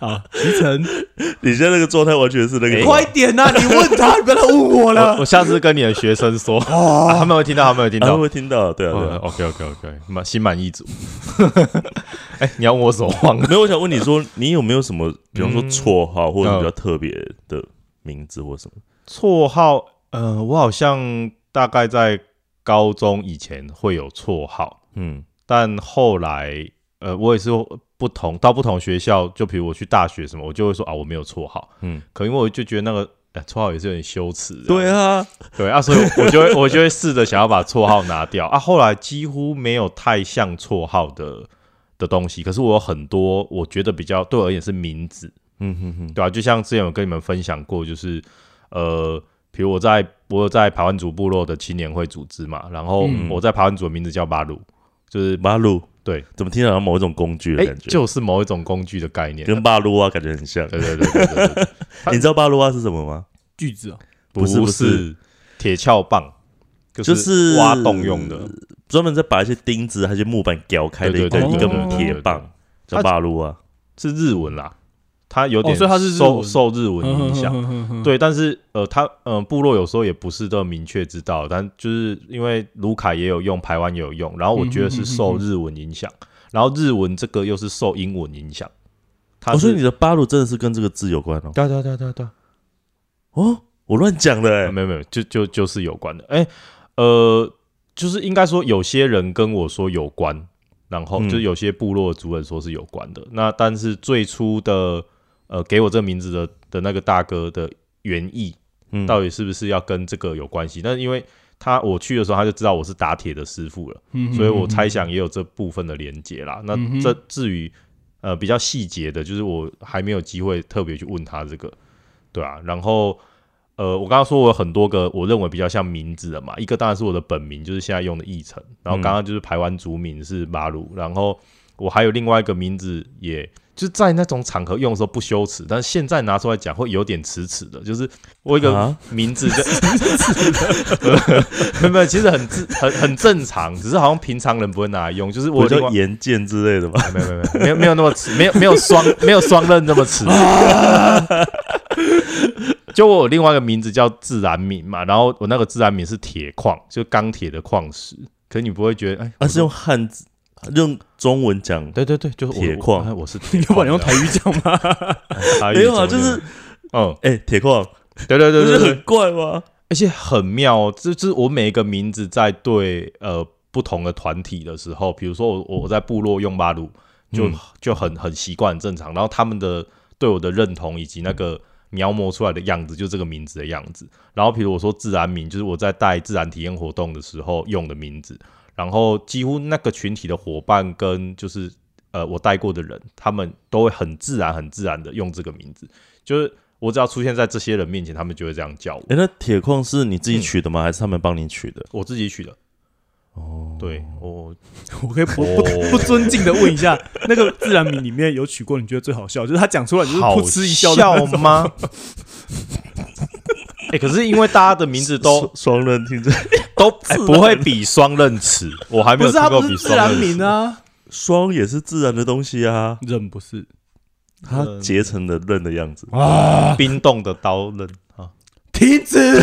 S2: 好，集成，
S3: 你现在那个状态完全是那个，
S2: 快点呐、你问他，你不要再问我
S1: 我
S2: 了。
S1: 我下次跟你的学生 [laughs] 说，啊他们会听到，他们会听
S3: 他们
S1: 到。
S3: 会听到，对啊，对啊。
S1: OK OK OK，满心满意足。 [laughs] 哎、你要问我什么忘了？
S3: [laughs] 没有，我想问你说，你有没有什么，比方说
S1: 嗯
S3: 绰号或者
S1: 嗯
S3: 比较特别的名字或什么？
S1: 绰号，呃，我好像大概在高中以前会有绰号，
S3: 嗯
S1: 但后来，呃，我也是不同到不同学校，就比如我去大学什么，我就会说啊，我没有绰号，
S3: 嗯，
S1: 可能因为我就觉得那个。呃绰号也是有点羞耻，
S3: 对
S1: 啊，
S3: 啊，
S1: 对啊，所以我就会我就会试着想要把绰号拿掉啊。后来几乎没有太像绰号的的东西，可是我有很多我觉得比较对我而言是名字，
S3: 嗯哼哼，
S1: 对啊，就像之前有跟你们分享过，就是呃，比如我在我有在排湾族部落的青年会组织嘛，然后
S2: 嗯
S1: 我在排湾族的名字叫巴鲁，就是
S3: 八路
S1: 对，
S3: 怎么听起来好像某一种工具
S1: 哎、
S3: 的感觉？
S1: 就是某一种工具的概念。
S3: 跟八路啊感觉很像。
S1: 对对对对对对，
S3: 你知道八路啊是什么吗？
S2: 句子哦，
S3: 不是不
S1: 是铁锹棒，
S3: 就是是
S1: 挖洞用的。
S3: 专门在把一些钉子还是木板绞开的一个
S2: 对对对
S3: 一
S2: 对
S3: 根
S2: 对
S3: 铁
S1: 对
S3: 棒，
S1: 对
S3: 叫八路啊。
S1: 是日文啦，它有点
S2: 哦所以它是日
S1: 受
S2: 文嗯
S1: 受日文影响。
S2: 响，
S1: 对，但是呃，他嗯、呃，部落有时候也不是都明确知道，但就是因为卢卡也有用，台湾也有用，然后我觉得是受日文影响，然后日文这个又是受英文影响。他
S2: 哦
S3: 我说
S1: 是、
S3: 哦你的八路真的是跟这个字有关哦。
S1: 对对对对对，
S3: 哦，我乱讲的哎。
S1: 没有没有，就就就是有关的。哎、呃，就是应该说有些人跟我说有关，然后
S3: 嗯
S1: 就是有些部落族人说是有关的。那但是最初的呃给我这名字的的那个大哥的原意
S3: 嗯，
S1: 到底是不是要跟这个有关系？但是因为他我去的时候，他就知道我是打铁的师傅了，
S2: 嗯
S1: 所以我猜想也有这部分的连接啦。那
S2: 嗯哼
S1: 这至于呃比较细节的，就是我还没有机会特别去问他这个，对啊。然后呃，我刚刚说我有很多个我认为比较像名字的嘛，一个当然是我的本名，就是现在用的义成，然后刚刚就是排湾族名是马鲁，然后我还有另外一个名字也。就是在那种场合用的时候不羞耻，但是现在拿出来讲会有点迟迟的。就是我有一个
S3: 啊
S1: 名字就，没有没有，其实很自很很正常，只是好像平常人不会拿来用。就是我
S3: 我
S1: 有另
S3: 叫
S1: 外
S3: 岩剑之类的 [laughs] 吧？
S1: 啊没有没有没有没有没有那么迟，没有没有双没有双刃这么迟。 [laughs] 就我有另外一个名字叫自然名嘛，然后我那个自然名是铁矿，就钢铁的矿石。可是你不会觉得，哎，
S3: 啊，是用汉字，用中文讲。
S1: 对对对，就是我
S3: 铁矿
S1: 我我 [laughs] 是铁
S2: 你要不
S1: 矿
S2: 然你用台语讲 [laughs] 嘛？
S1: 台语
S3: 没有啊，
S1: 怎
S3: 就
S1: 么
S3: 是
S1: 嗯，
S3: 哎，铁矿，
S1: 对对
S3: 不
S1: 对
S3: 是
S1: 对对，
S3: 很怪吗？
S1: 而且很妙哦，这就是我每一个名字在对呃不同的团体的时候，比如说我我我在部落用巴鲁，就、
S3: 嗯
S1: 就很很习惯很正常，然后他们的对我的认同以及那个描摹出来的样子，就这个名字的样子。然后比如我说自然名，就是我在带自然体验活动的时候用的名字，然后几乎那个群体的伙伴跟就是呃我带过的人，他们都会很自然很自然的用这个名字，就是。我只要出现在这些人面前，他们就会这样叫我。
S3: 哎，那铁矿是你
S1: 嗯
S3: 自己取的吗？还是他们帮你取的？
S1: 我自己取的。哦，对，我
S2: 我可以不不不尊敬的问一下， [laughs] 那个自然名里面有取过你觉得最好笑，就是他讲出来你就是
S1: 好
S2: 噗嗤一笑的
S1: 笑
S2: 那种。
S1: 吗？
S2: [laughs]
S1: 哎、可是因为大家的名字都
S3: 双双刃
S1: [laughs]
S3: 听着，
S1: 都、哎不会比双刃齿，我还没
S2: 不
S1: 有
S2: 是
S1: 听
S2: 他
S1: 过
S2: 不
S1: 比
S2: 是自
S1: 双
S2: 然
S1: 刃齿。
S2: 名啊，
S3: 双也是自然的东西啊，
S1: 嗯
S2: 人不是
S3: 它结成的刃的样子。
S1: 嗯
S2: 啊，
S1: 冰冻的刀刃啊，
S2: 停止！ [laughs]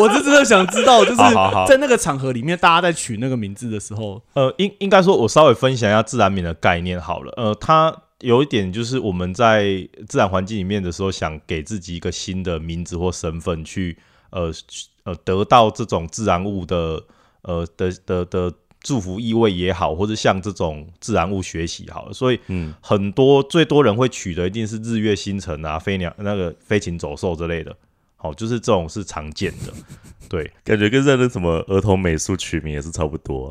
S2: 我是真的想知道，就是
S1: 好好好
S2: 在那个场合里面，大家在取那个名字的时候，
S1: 呃，应应该说，我稍微分享一下自然名的概念好了。呃，它有一点就是我们在自然环境里面的时候，想给自己一个新的名字或身份去，呃去呃，得到这种自然物的呃的的的祝福意味也好，或者向这种自然物学习好了。所以
S3: 嗯，
S1: 很多最多人会取的一定是日月星辰啊、飞鸟那个飞禽走兽之类的。好，就是这种是常见的，对。
S3: 感觉跟在那什么儿童美术取名也是差不多啊，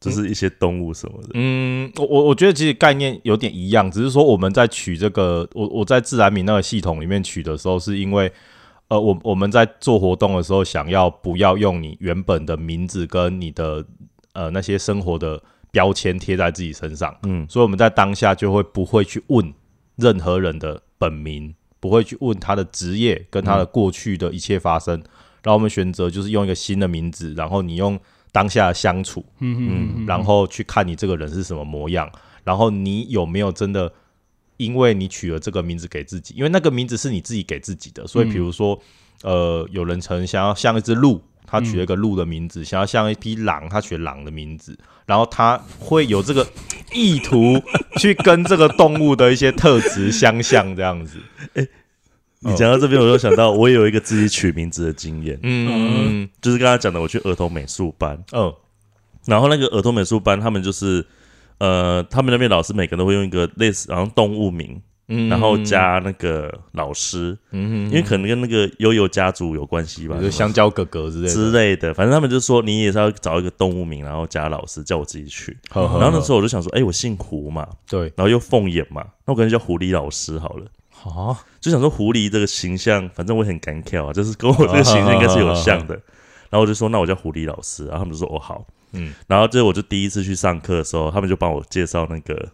S3: 就是一些动物什么的。
S1: 嗯，我我我觉得其实概念有点一样，只是说我们在取这个，我我在自然名那个系统里面取的时候，是因为呃，我我们在做活动的时候，想要不要用你原本的名字跟你的呃那些生活的标签贴在自己身上，
S3: 嗯
S1: 所以我们在当下就会不会去问任何人的本名，不会去问他的职业跟他的过去的一切发生，然后我们选择就是用一个新的名字，然后你用当下的相处。
S2: 嗯
S1: 然后去看你这个人是什么模样。然后你有没有真的因为你取了这个名字给自己？因为那个名字是你自己给自己的，所以比如说，呃，有人曾想要像一只鹿，他取了一个鹿的名字；想要像一匹狼，他取了狼的名字。然后他会有这个意图去跟这个动物的一些特质相像，这样子。
S3: 你讲到这边，我就想到我也有一个自己取名字的经验，
S1: 嗯嗯
S3: 就是刚刚讲的，我去儿童美术班，
S1: 嗯
S3: 然后那个儿童美术班，他们就是呃，他们那边老师每个人都会用一个类似好像动物名，
S1: 嗯
S3: 然后加那个老师，
S1: 嗯
S3: 因为可能跟那个悠悠家族有关系
S1: 比
S3: 吧
S1: 如，说香蕉哥哥之类
S3: 之
S1: 的。
S3: 类的，反正他们就说你也是要找一个动物名，然后加老师，叫我自己取。
S1: 呵呵呵
S3: 然后那时候我就想说，哎、我姓胡嘛，
S1: 对
S3: 然后又凤眼嘛，那我感觉叫狐狸老师好了。
S1: 啊，
S3: 就想说狐狸这个形象，反正我也很敢跳啊，就是跟我这个形象应该是有像
S1: 啊
S3: 的。然后我就说，那我叫狐狸老师，然后他们就说，哦好，
S1: 嗯
S3: 然后这我就第一次去上课的时候，他们就帮我介绍那个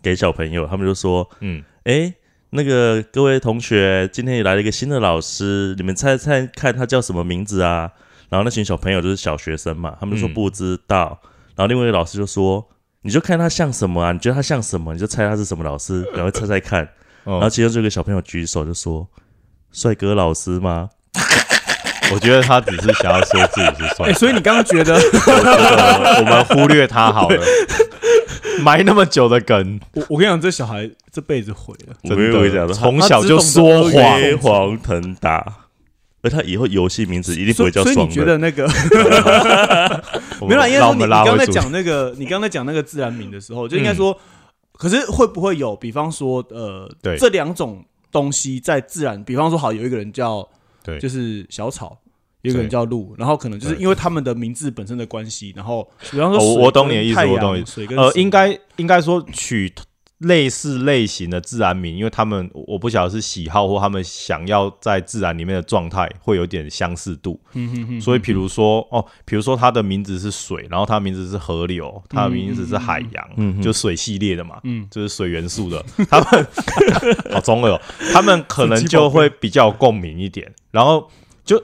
S3: 给小朋友，他们就说，
S1: 嗯，
S3: 哎，那个各位同学，今天也来了一个新的老师，你们猜猜看他叫什么名字啊？然后那群小朋友就是小学生嘛，他们就说
S1: 嗯
S3: 不知道。然后另外一个老师就说，你就看他像什么啊？你觉得他像什么？你就猜他是什么老师，然后猜猜看。
S2: 哦
S1: 然
S3: 然后其中就有一个小朋友举手就说：“帅哥老师
S2: [laughs]
S3: 吗
S1: 我觉得他只是想要说自己是帅
S2: 哎，，所以你刚刚觉得 [laughs]
S1: 我们忽略他好了。埋那么久的梗，
S2: 我我跟你讲，这小孩这辈子毁了。？”
S3: 我
S1: 真
S3: 没有讲
S1: 的
S3: 的，
S1: 从小就说
S2: 他只懂得
S1: 谎
S2: 阿
S3: 飞
S2: 谀
S3: 黄腾达，而他以后游戏名字一定不
S2: 所
S3: 会
S2: 以
S3: 叫
S2: 所以
S3: 双
S2: 你觉
S3: 人。
S2: 得那个
S1: 我们
S2: 没有啦？应该
S1: 让
S2: 说
S1: 我
S2: 你
S1: 们
S2: 你
S1: 拉回
S2: 刚刚在
S1: 主题嗯
S2: 讲那个，你刚刚在讲那个自然名的时候，就应该说，可是会不会有，比方说，呃，
S1: 对
S2: 这两种东西在自然，比方说，好有一个人叫
S1: 对
S2: 就是小草。有一个人叫鹿，然后可能就是因为他们的名字本身的关系，然后比方说
S1: 哦
S2: 水
S1: 我懂
S2: 跟
S1: 你的意思
S2: 太
S1: 我
S2: 阳
S1: 懂你的意
S2: 水跟
S1: 呃，
S2: 什么
S1: 应该应该说取类似类型的自然名，因为他们我我不晓得是喜好或他们想要在自然里面的状态会有点相似度，所以比如说哦，比如说他的名字是水，然后他的名字是河流，他的名字是海洋，就水系列的嘛，就是水元素的，他们 [laughs] 好中二、哦，他们可能就会比较有共鸣一点，然后就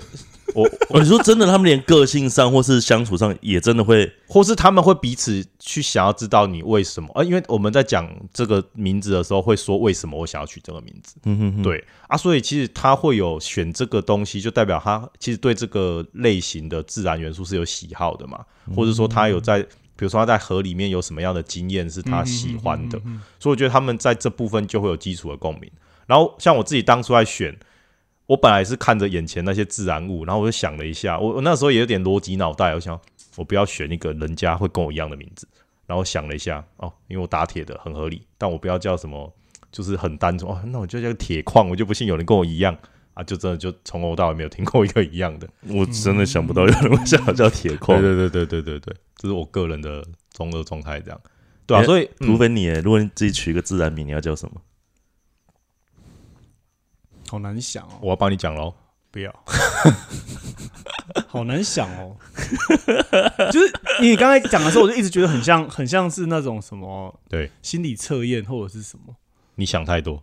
S1: 我
S3: 哦，你说真的，他们连个性上或是相处上也真的会
S1: 或是他们会彼此去想要知道你为什么，呃，因为我们在讲这个名字的时候会说为什么我想要取这个名字，对啊，所以其实他会有选这个东西，就代表他其实对这个类型的自然元素是有喜好的嘛，或者说他有在，比如说他在河里面有什么样的经验是他喜欢的，所以我觉得他们在这部分就会有基础的共鸣。然后像我自己当初在选。我本来是看着眼前那些自然物，然后我就想了一下，我我那时候也有点逻辑脑袋，我想我不要选一个人家会跟我一样的名字。然后想了一下，哦，因为我打铁的很合理，但我不要叫什么，就是很单纯哦，那我就叫铁矿，我就不信有人跟我一样啊，就真的就从头到尾没有听过一个一样的。
S3: 我真的想不到有人会想要叫铁
S1: 对
S3: 矿，
S1: 对对对对对对，这是我个人的中二状态这样。对啊，
S3: 哎
S1: 所以、
S3: 除
S1: 嗯、
S3: 非你耶，如果你自己取一个自然名，你要叫什么？
S2: 好难想哦，
S1: 我要帮你讲喽。
S2: 不要， [laughs] 好难想哦。就是你刚才讲的时候，我就一直觉得很像，很像是那种什么
S1: 对，
S2: 心理测验或者是什么，
S1: 你想太多，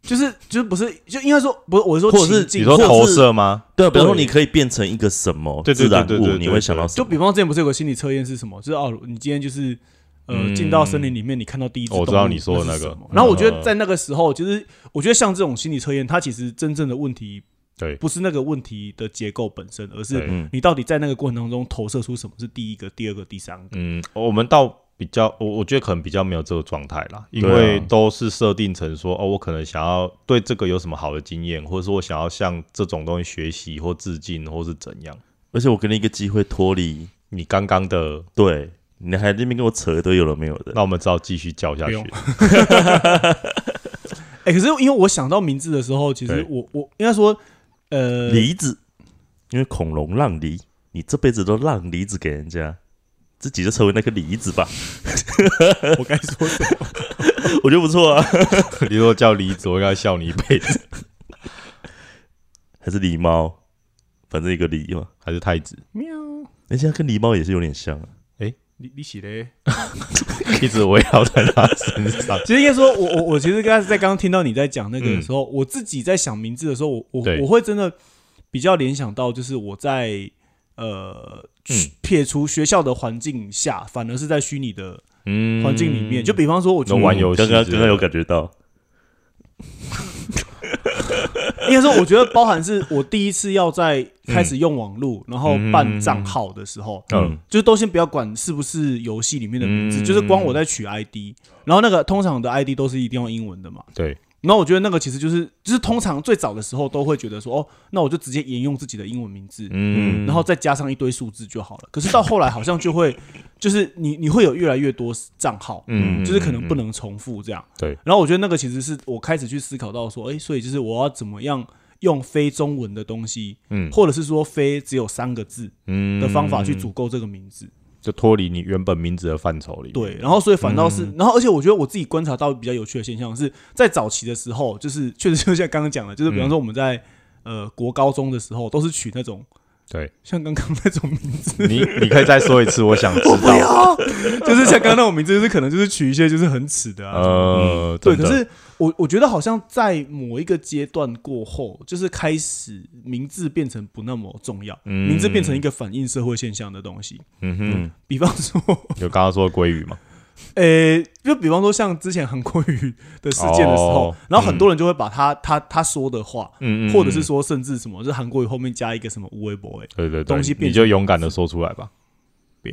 S2: 就是就是不是就应该说不是，我是说
S3: 或者是
S2: 情
S1: 你
S2: 境
S1: 说
S3: 或者
S1: 投
S3: 是
S1: 射吗？
S3: 对啊，比如说
S2: 对
S3: 你可以变成一个什么
S1: 对对
S3: 自
S1: 对
S3: 然
S1: 对
S3: 物
S1: 对，对
S3: 你会想到
S1: 对
S3: 什
S2: 就
S3: 么？
S2: 比方之前不是有个心理测验是什么？就是哦，你今天就是呃
S1: 嗯哦
S2: 进到森林里面，你看到第一只动物
S1: 我知道你说的
S2: 那
S1: 那
S2: 是
S1: 个
S2: 什么然后我觉
S1: 嗯
S2: 得在那个时候，就是我觉得像这种心理测验，它其实真正的问题
S1: 对
S2: 不是那个问题的结构本身，而是
S1: 对 [laughs]
S3: 嗯
S2: 你到底在那个过程当中投射出什么是第一个、第二个、第三个。
S1: 嗯，我们到比较，我我觉得可能比较没有这个状态啦，因
S3: 对啊
S1: 为都是设定成说，哦，我可能想要对这个有什么好的经验，或者说我想要向这种东西学习或致敬，或是怎样。
S3: 而且我给你一个机会脱离，
S1: 你刚刚的，
S3: 对，你还在那边跟我扯一堆有的没有的。
S1: 那我们只好继续叫下
S2: 不
S1: 去
S2: 用。哎、可是因为我想到名字的时候，其实
S1: 对
S2: 我我应该说，呃，
S3: 梨子，因为恐龙让梨，你这辈子都让梨子给人家，自己就成为那个梨子吧，
S2: [laughs]
S3: [laughs]
S2: 我该
S1: [laughs]
S2: 说什么？
S3: 我觉得不错啊。
S1: [laughs] 你如果叫李子，我应该笑你一辈子，
S3: 还是狸猫，反正一个狸嘛，
S1: 还是太子？
S2: 喵，
S3: 而且它跟狸猫也是有点像、啊。
S2: 你你写嘞？
S1: 一直围绕在他身 [laughs] 上。
S2: 其实应该说，我我我其实刚才在刚刚听到你在讲那个的时候，我自己在想名字的时候，我我
S1: 嗯对
S2: 我会真的比较联想到，就是我在呃、
S1: 嗯
S2: 撇除学校的环境下，反而是在虚拟的
S1: 嗯
S2: 环境里面。就比方说，我觉
S1: 都
S2: 得
S1: 玩游戏
S3: 嗯刚刚
S1: 之类的
S3: 刚刚有感觉到，
S2: [laughs] 应该说，我觉得包含是我第一次要在开始用网络，然后办账号的时候，
S1: 嗯
S2: 就是都先不要管是不是游戏里面的名字，
S1: 嗯
S2: 就是光我在取 ID，然后那个通常我的 ID 都是一定要英文的嘛。
S1: 对，
S2: 然后我觉得那个其实就是，就是通常最早的时候都会觉得说，哦，那我就直接沿用自己的英文名字，
S1: 嗯，
S2: 然后再加上一堆数字就好了。可是到后来好像就会，就是你你会有越来越多账号，
S1: 嗯
S2: 就是可能不能重复这样。
S1: 对，
S2: 然后我觉得那个其实是我开始去思考到说，哎，所以就是我要怎么样用非中文的东西，
S1: 嗯
S2: 或者是说非只有三个字
S1: 嗯
S2: 的方法去组构这个名字。
S1: 就脱离你原本名字的范畴里。
S2: 对，，然后所以反倒是，
S1: 嗯
S2: 然后而且我觉得我自己观察到比较有趣的现象是在早期的时候，就是确实就像刚刚讲的，就是比方说我们在、呃国高中的时候都是取那种
S1: 对
S2: 像刚刚那种名字，
S1: 你，你可以再说一次， [laughs] 我想知道。
S2: 就是像刚刚那种名字，就是可能就是取一些就是很耻的啊，
S1: 呃，
S2: 对，
S1: 真的
S2: 可是我我觉得好像在某一个阶段过后，就是开始名字变成不那么重要，
S1: 嗯
S2: 名字变成一个反映社会现象的东西。
S1: 嗯哼，
S2: 比方说， [laughs]
S1: 有刚刚说的鲑鱼嘛？
S2: 呃、就比方说像之前韩国瑜的事件的时候，
S1: 哦嗯
S2: 然后很多人就会把他、他他说的话，
S1: 嗯嗯嗯
S2: 或者是说甚至什么，就是韩国瑜后面加一个什么无微博，哎，
S1: 对对对，
S2: 东西变
S1: 你就勇敢的说出来吧。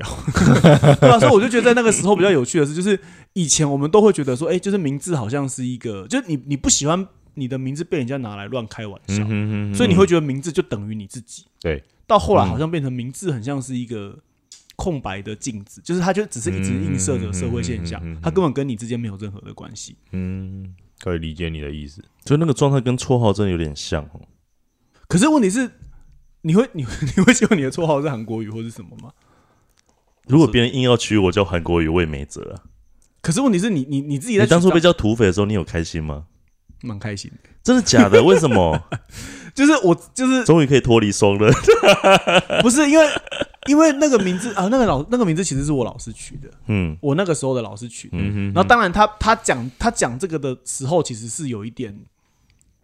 S2: 对啊，所以我就觉得在那个时候比较有趣的是，就是以前我们都会觉得说，哎、就是名字好像是一个，就是你你不喜欢你的名字被人家拿来乱开玩笑，
S1: 嗯
S2: 啊所以你会觉得名字就等于你自己。
S1: 对，
S2: 到后
S3: 嗯
S2: 来好像变成名字，很像是一个空白的镜子，就是它就只是一直映射着社会现
S3: 嗯
S2: 象，它根本跟你之间没有任何的关系。
S1: 嗯，可以理解你的意思。
S3: 就那个状态跟绰号真的有点像哦。
S2: 可是问题是，你会 [laughs] 你你会希望你的绰号是韩国语或是什么吗？
S3: 如果别人硬要取我叫韩国语，我也没辙啊。
S2: 可是问题是你你你自己在
S3: 你当初被
S2: 取
S3: 叫土匪的时候，你有开心吗？
S2: 账蛮开心的，
S3: 真的假的？为
S2: [laughs]
S3: 什么？
S2: 就是我就是
S3: 终于可以脱离
S2: [laughs]
S3: 双了。
S2: 不是因为因为那个名字啊，那个老那个名字其实是我老师取的，
S3: 嗯
S2: 我那个时候的老师取的。
S3: 嗯
S2: 然后当然他他讲他讲这个的时候，其实是有一点。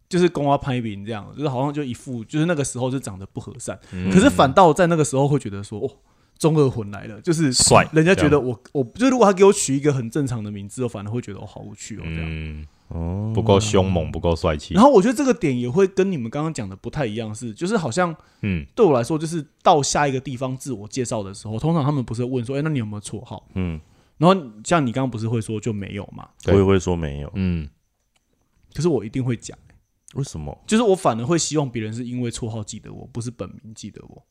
S2: 就是公花拍饼这样，就是好像就一副就是那个时候就长得不和善，可是反倒在那个时候会觉得说，哦，中二魂来了，就是
S1: 帅
S2: 人家觉
S1: 这
S2: 得我我就如果他给我取一个很正常的名字，我反而会觉得我、哦、好无趣哦这样。
S1: 嗯，
S3: 哦，
S1: 不够凶猛，不够帅气
S2: 然。后我觉得这个点也会跟你们刚刚讲的不太一样是，就是好像
S1: 嗯
S2: 对我来说，就是到下一个地方自我介绍的时候，通常他们不是会问说，哎、那你有没有绰号？
S3: 嗯，
S2: 然后像你刚刚不是会说就没有嘛？
S3: 我
S1: 对
S3: 也会说没有。
S1: 嗯，
S2: 可是我一定会讲。
S3: 为什么？
S2: 就是我反而会希望别人是因为绰号记得我，不是本名记得我。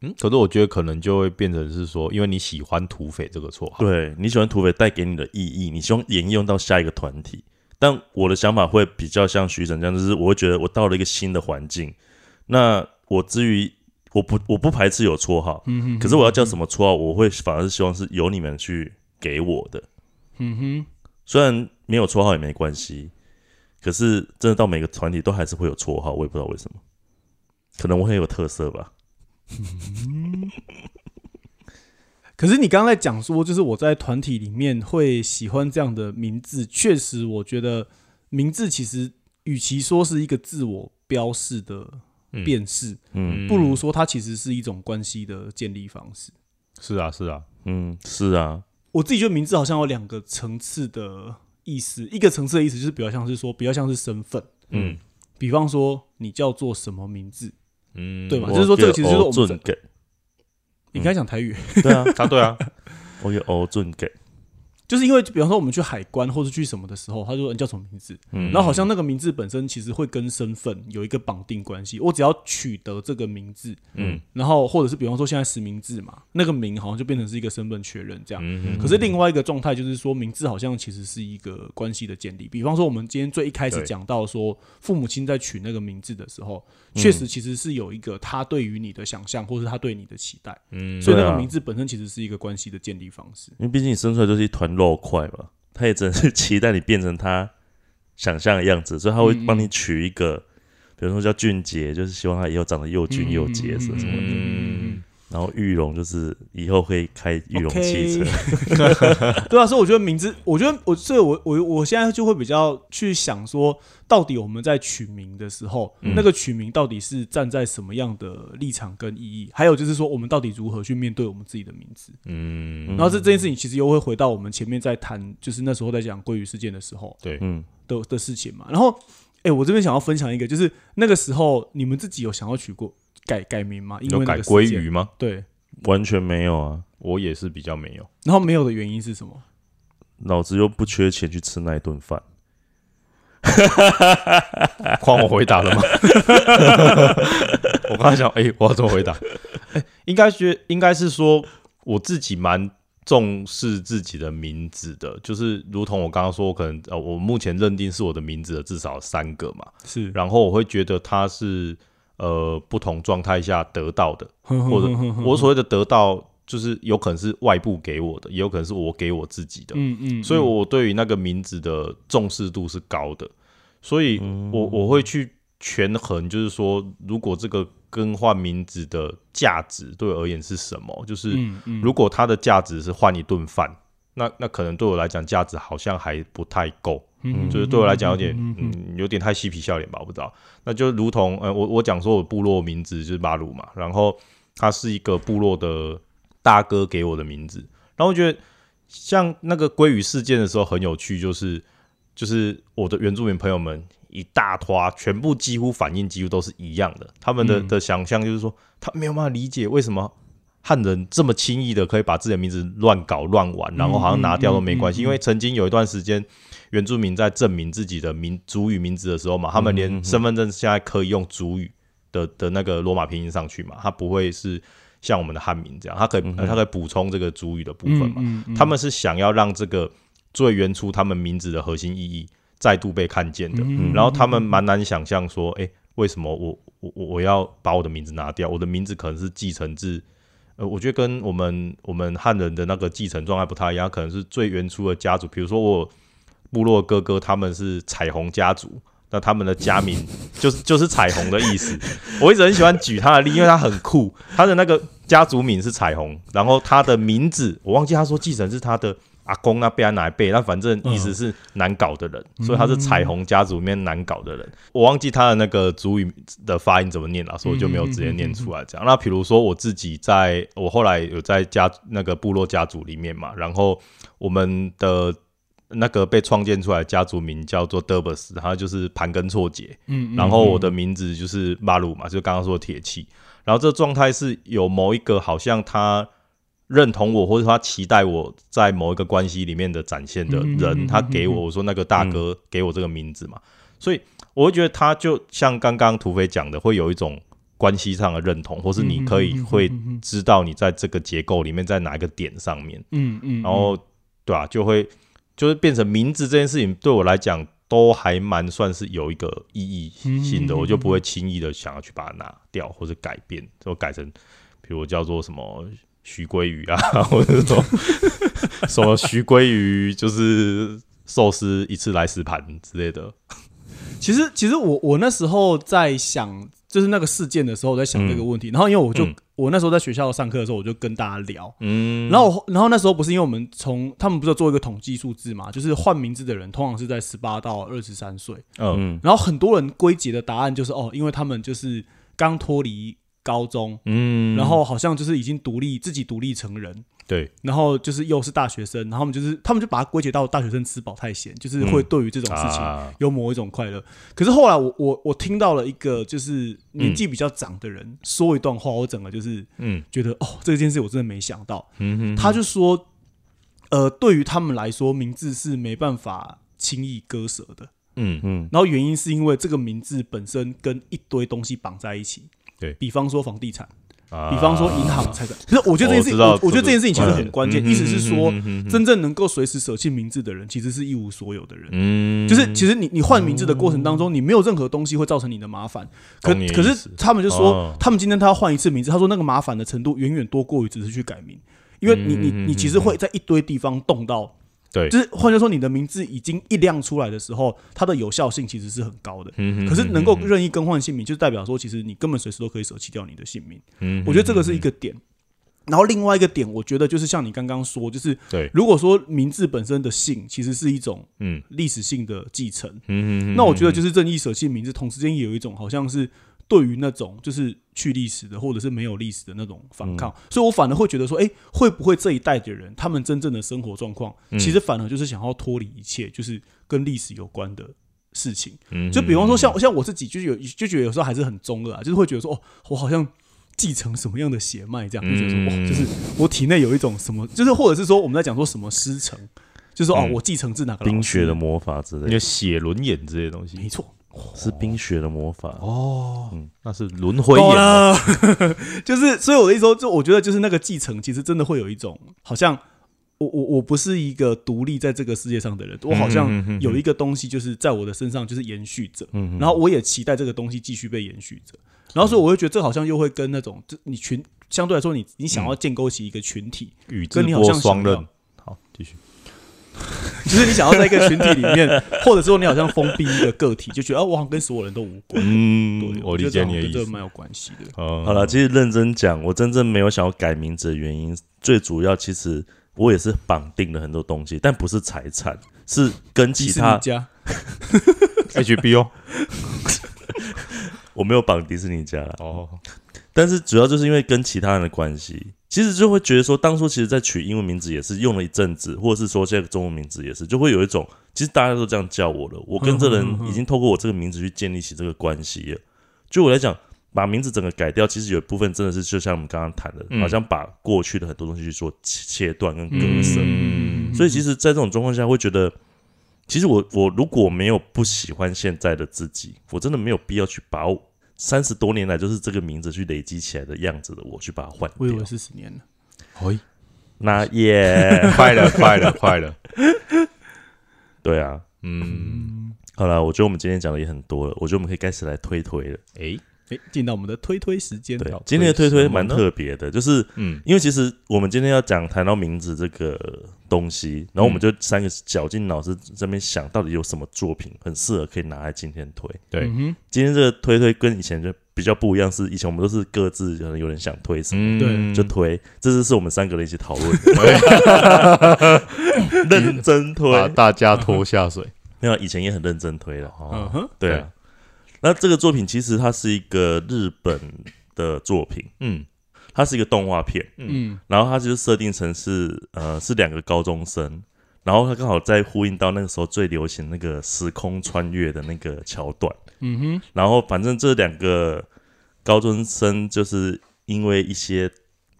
S1: 嗯，可是我觉得可能就会变成是说，因为你喜欢土匪这个绰
S2: 啊
S1: 号，
S3: 对你喜欢土匪带给你的意义，你希望沿用到下一个团体。但我的想法会比较像徐晨这样，就是我会觉得我到了一个新的环境，那我至于我不我不排斥有绰号，
S2: 嗯哼
S3: 可是我要叫什么绰号，我会反而是希望是由你们去给我的。
S2: 嗯哼，
S3: 虽然没有绰号也没关系，可是真的到每个团体都还是会有绰号，我也不知道为什么，可能我很有特色吧。
S2: 可是你刚才讲说，就是我在团体里面会喜欢这样的名字，确实，我觉得名字其实与其说是一个自我标示的
S1: 嗯
S2: 辨识，
S3: 嗯
S2: 不如说它其实是一种关系的建立方式。
S1: 是啊是啊，
S3: 嗯，是啊，
S2: 我自己觉得名字好像有两个层次的意思，一个层次的意思就是比较像是说，比较像是身份，
S1: 嗯
S2: 比方说你叫做什么名字，
S1: 嗯，
S2: 对嘛
S3: 我
S2: 就是说这个其实就是我们
S3: 有
S2: 整
S3: 准给，
S2: 你刚才讲台语，
S3: [laughs] 对啊，
S1: 啊对啊，
S3: 我有欧准给，
S2: 就是因为比方说我们去海关或者去什么的时候，他就说你叫什么名字，
S3: 嗯
S2: 然后好像那个名字本身其实会跟身份有一个绑定关系。我只要取得这个名字，
S3: 嗯
S2: 然后或者是比方说现在实名制嘛，那个名好像就变成是一个身份确认这样。
S1: [laughs] 嗯
S2: 可是另外一个状态就是说，名字好像其实是一个关系的建立。比方说，我们今天最一开始
S1: 对
S2: 讲到说，父母亲在取那个名字的时候，
S3: 嗯
S2: 确实其实是有一个他对于你的想象，或是他对你的期待，
S1: 嗯
S2: 所以那
S3: 对
S2: 个
S3: 啊
S2: 名字本身其实是一个关系的建立方式。
S3: 因为毕竟你生出来就是一团肉块嘛，他也只能是期待你变成他想象的样子，所以他会帮你取
S2: 嗯嗯
S3: 一个，比如说叫俊杰，就是希望他以后长得又俊又结实什么的。
S1: 嗯，
S3: 然后玉龙就是以后会开玉龙汽车
S2: OK [laughs] 对啊，所以我觉得名字，我觉得我所以我我我现在就会比较去想说，到底我们在取名的时候，
S1: 嗯
S2: 那个取名到底是站在什么样的立场跟意义，还有就是说，我们到底如何去面对我们自己的名字。
S1: 嗯，
S2: 然后这这件事情其实又会回到我们前面在谈，就是那时候在讲鲑鱼事件的时候
S1: 对，
S3: 嗯，
S2: 的的事情嘛。然后，哎、我这边想要分享一个，就是那个时候你们自己有想要取过改改名吗？因
S1: 有
S2: 为那
S1: 改
S2: 个
S1: 鲑
S2: 事件
S1: 鱼吗？
S2: 对，
S3: 完全没有啊，
S1: 我也是比较没有。
S2: 然后没有的原因是什么？
S3: 老子又不缺钱去吃那一顿饭。
S1: 换我回答了 [laughs] 吗？我刚才想，哎、我要怎么回答？哎、应该觉，应该是说我自己蛮重视自己的名字的，就是如同我刚刚说，我可能呃，我目前认定是我的名字的至少三个嘛，
S2: 是
S1: 然后我会觉得它是呃不同状态下得到的，
S2: 或
S1: 或者我所谓的得到，就是有可能是外部给我的，也有可能是我给我自己的。
S2: 嗯嗯，
S1: 所以我对于那个名字的重视度是高的，所以我我会去权衡，就是说，如果这个更换名字的价值对我而言是什么？就是
S2: 嗯嗯
S1: 如果它的价值是换一顿饭，那那可能对我来讲价值好像还不太够，
S2: 嗯
S1: 就是对我来讲有点嗯有点太嬉皮笑脸吧，我不知道。那就如同呃我我讲说我部落名字就是巴鲁嘛，然后他是一个部落的大哥给我的名字，然后我觉得像那个鲑鱼事件的时候很有趣，就是就是我的原住民朋友们一大坨，全部几乎反应几乎都是一样的，他们的、
S2: 嗯
S1: 的想象就是说他没有办法理解为什么。汉人这么轻易的可以把自己的名字乱搞乱玩，然后好像拿掉都没关系，
S2: 嗯嗯嗯嗯嗯
S1: 因为曾经有一段时间，原住民在证明自己的民族语名字的时候嘛，他们
S2: 嗯
S1: 连身份证现在可以用族语的的那个罗马拼音上去嘛，它不会是像我们的汉名这样，它可以、呃它可以补充这个族语的部分嘛。
S2: 嗯嗯
S1: 他们是想要让这个最原初他们名字的核心意义再度被看见的。
S2: 嗯
S1: 然后他们蛮难想象说，哎、为什么我我我我要把我的名字拿掉？我的名字可能是继承自，呃，我觉得跟我们我们汉人的那个继承状态不太一样，可能是最原初的家族，比如说我部落哥哥他们是彩虹家族。那他们的家名 [laughs] 就是就是彩虹的意思。我一直很喜欢举他的例，因为他很酷。他的那个家族名是彩虹，然后他的名字我忘记他说继承是他的阿公那辈还哪一辈，那反正意思是难搞的人，所以他是彩虹家族里面难搞的人。我忘记他的那个族语的发音怎么念了，所以我就没有直接念出来。这样，那比如说我自己在，我后来有在家那个部落家族里面嘛，然后我们的那个被创建出来的家族名叫做德伯斯，它就是盘根错节。
S2: 嗯
S1: 然后我的名字就是马鲁嘛，就刚刚说的铁器。然后这状态是有某一个好像他认同我，或者他期待我在某一个关系里面的展现的
S2: 嗯嗯嗯嗯
S1: 人，
S2: 嗯
S1: 他给我我说那个大哥给我这个名字嘛，所以我会觉得他就像刚刚土匪讲的，会有一种关系上的认同，或是你可以会
S2: 嗯
S1: 知道你在这个结构里面在哪一个点上面。
S2: 嗯嗯，
S1: 然后对啊，就会就是变成名字这件事情对我来讲都还蛮算是有一个意义性的，
S2: 嗯
S1: 我就不会轻易的想要去把它拿掉或者改变，就改成比如我叫做什么徐鲑鱼啊， [laughs] 或者说什么徐鲑鱼就是寿司一次来十盘之类的。
S2: 其实其实我我那时候在想，就是那个事件的时候，我在想这个问题。然后因为我就、
S1: 嗯
S2: 我那时候在学校上课的时候，我就跟大家聊。
S1: 嗯
S2: 然后我然后那时候不是因为我们从他们不是有做一个统计数字嘛，就是换名字的人通常是在十八到二十三岁。
S1: 嗯
S3: 嗯
S2: 然后很多人归结的答案就是哦，因为他们就是刚脱离高中，
S1: 嗯
S2: 然后好像就是已经独立自己独立成人，
S1: 对，
S2: 然后就是又是大学生，然后他们就是他们就把它归结到大学生吃饱太闲，就是会对于这种事情
S1: 啊
S2: 有某一种快乐。可是后来我我我听到了一个就是年纪比较长的人、说一段话，我整个就是
S1: 嗯
S2: 觉得哦，这件事我真的没想到。
S1: 嗯哼
S2: 他就说，呃，对于他们来说，名字是没办法轻易割舍的。
S1: 嗯
S3: 嗯
S2: 然后原因是因为这个名字本身跟一堆东西绑在一起，
S1: 对
S2: 比方说房地产，
S1: 啊哦
S2: 比方说银行财产，不是，我觉得这件事情，
S1: 我知道
S2: 我我觉得这件事情其实很关键，意思是说
S1: 嗯哼嗯哼嗯哼，
S2: 真正能够随时舍弃名字的人，其实是一无所有的人。
S1: 嗯
S2: 就是其实你你换名字的过程当中，你没有任何东西会造成你的麻烦。可
S1: 懂你的
S2: 可
S1: 意
S2: 是
S1: 思
S2: 他们就说，
S1: 哦
S2: 他们今天他要换一次名字，他说那个麻烦的程度远远多过于只是去改名，因为你
S1: 嗯
S2: 你你其实会在一堆地方动到。
S1: 对
S2: 就是换句话说，你的名字已经一亮出来的时候，它的有效性其实是很高的。
S1: 嗯哼
S2: 可是能够任意更换姓名，就代表说，其实你根本随时都可以舍弃掉你的姓名。
S1: 嗯哼
S2: 我觉得这个是一个点。然后另外一个点，我觉得就是像你刚刚说，就是
S1: 对，
S2: 如果说名字本身的姓其实是一种
S1: 嗯
S2: 历史性的继承，
S1: 嗯嗯，
S2: 那我觉得就是是正义舍弃名字，同时间也有一种好像是对于那种就是去历史的或者是没有历史的那种反
S1: 嗯
S2: 抗，所以我反而会觉得说，哎、会不会这一代的人他们真正的生活状况，
S1: 嗯
S2: 其实反而就是想要脱离一切就是跟历史有关的事情。
S1: 嗯
S2: 就比方
S3: 嗯
S2: 说像像我自己就有就觉得有时候还是很中二啊，就是会觉得说哦，我好像继承什么样的血脉这样，就觉得说哇，就是
S3: 嗯
S2: 我体内有一种什么，就是或者是说我们在讲说什么师承，就是说哦，
S3: 嗯
S2: 我继承自哪个老
S3: 冰雪
S2: 师
S3: 的魔法之
S1: 你
S3: 类
S1: 的
S3: 的，
S1: 血轮眼之类的东
S2: 没
S1: 西，
S2: 错，
S3: 是冰雪的魔法。
S2: 哦
S1: 那是轮回眼
S2: 够
S1: 哦吗。
S2: 了， [laughs] 就是所以我的意思说，就我觉得就是那个继承，其实真的会有一种好像。我我我不是一个独立在这个世界上的人，我好像
S1: 嗯嗯嗯嗯
S2: 有一个东西，就是在我的身上就是延续着，
S3: 嗯，
S2: 然后我也期待这个东西继续被延续着。然后所以我会觉得这好像又会跟那种，这你群相对来说你，你想要建构起一个群体，
S1: 宇智
S2: 跟你好
S1: 波
S2: 像
S1: 双
S2: 想
S1: 刃
S2: 要。
S1: 好，继续。
S2: 就是你想要在一个群体里面，或者说你好像封闭一个个体，就觉得啊，我好像跟所有人都无关。
S1: 嗯
S2: 对，，
S1: 我理
S2: 觉
S1: 解
S2: 得
S1: 你的
S2: 这
S1: 意
S2: 好像跟
S1: 思
S2: 这。蛮有关系的。
S1: 好
S3: 好
S1: [laughs]
S3: 了，，其实认真讲，我真正没有想要改名字的原因，最主要其实我也是绑定了很多东西，但不是财产，是跟
S2: 迪
S3: 其
S2: 士尼
S3: 他
S2: 家
S1: HBO
S3: 我没有绑迪士尼家啦，
S1: 哦，
S3: 但是主要就是因为跟其他人的关系，其实就会觉得说，当初其实在取英文名字也是用了一阵子，或者是说现在中文名字也是，就会有一种其实大家都这样叫我了，我跟这
S1: 嗯
S3: 人已经透过我这个名字去建立起这个关系了。就我来讲，把名字整个改掉，其实有一部分真的是就像我们刚刚谈的，
S1: 嗯
S3: 好像把过去的很多东西去做切切断跟割舍。
S1: 嗯，
S3: 所以其实，在这种状况下，会觉得，其实我我如果没有不喜欢现在的自己，我真的没有必要去把我三十多年来就是这个名字去累积起来的样子的我去把它换
S2: 我以为
S3: 掉。
S2: 是十年了。
S1: 哎，，
S3: 那耶
S1: 哎
S3: [laughs]
S1: 快了， [laughs] 快了，快了。
S3: 对啊，
S1: 嗯，
S3: 好了，我觉得我们今天讲的也很多了，我觉得我们可以开始来推推了。
S1: 哎，
S2: 哎，进到我们的推推时间，
S3: 对哦
S1: 好，
S3: 今天的推
S1: 推
S3: 推
S1: 什么
S3: 蛮
S1: 呢
S3: 特别的，就是
S1: 嗯
S3: 因为其实我们今天要讲谈到名字这个东西，然后我们
S1: 嗯
S3: 就三个绞尽脑汁这边想到底有什么作品很适合可以拿来今天推。
S1: 对
S2: 嗯哼，
S3: 今天这个推推跟以前就比较不一样，是以前我们都是各自可能有人想推什么。
S1: 嗯，
S2: 对
S3: 就推，这次是我们三个人一起讨论的，
S1: [laughs] 嗯
S3: 认真推。
S1: 把大家拖下水。
S3: 没有，以前也很认真推了。
S2: 嗯
S1: 哦，
S2: 哼，
S3: 对啊，那这个作品其实它是一个日本的作品，
S1: [laughs] 嗯
S3: 它是一个动画片，
S2: 嗯
S3: 然后它就设定成是呃是两个高中生，然后它刚好在呼应到那个时候最流行那个时空穿越的那个桥段。
S2: 嗯哼，
S3: 然后反正这两个高中生就是因为一些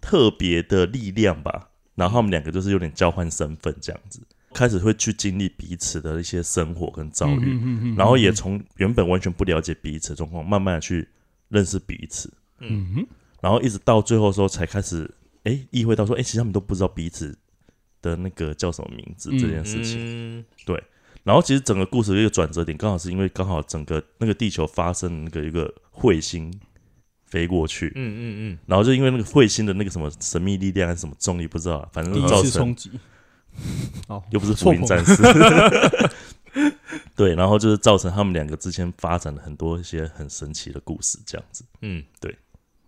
S3: 特别的力量吧，然后他们两个就是有点交换身份这样子，开始会去经历彼此的一些生活跟遭遇，
S2: 嗯
S3: 然后也从原本完全不了解彼此的状况，慢慢的去认识彼此，
S2: 嗯哼，
S3: 然后一直到最后的时候才开始，哎，意会到说，哎，其实他们都不知道彼此的那个叫什么名字这件事情。
S2: 嗯
S1: 情，
S3: 然后其实整个故事的一个转折点，刚好是因为刚好整个那个地球发生那个一个彗星飞过去
S1: 嗯，嗯嗯，
S3: 然后就因为那个彗星的那个什么神秘力量还是什么重力，不知道啊，反
S2: 第
S3: 正
S2: 一
S3: 造
S2: 次
S3: 成
S2: 冲击，哦，
S3: 又不是福音战士， [laughs] 对，然后就是造成他们两个之间发展了很多一些很神奇的故事，这样子，
S1: 嗯，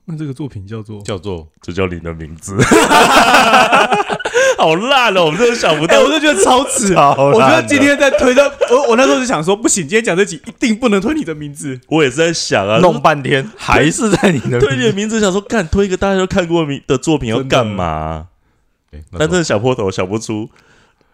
S2: 那这个作品叫做，
S1: 叫做
S3: 就叫你的名字，
S2: [laughs]
S3: 好烂哦，我们真的想不
S2: 哎，
S3: 到
S2: 我，就觉得超耻啊！ [laughs] 我觉得今天在推的，我我那时候就想说，不行，今天讲这集一定不能推你的名字，
S3: 我也是在想啊，
S1: 弄半天嗯还是在你 [laughs] 的
S3: 推你的名字，想说干推一个大家都看过的名的作品要干嘛啊、
S2: 嗯
S1: 对，
S3: 但
S1: 但
S3: 真
S1: 是
S3: 的想破头想不出，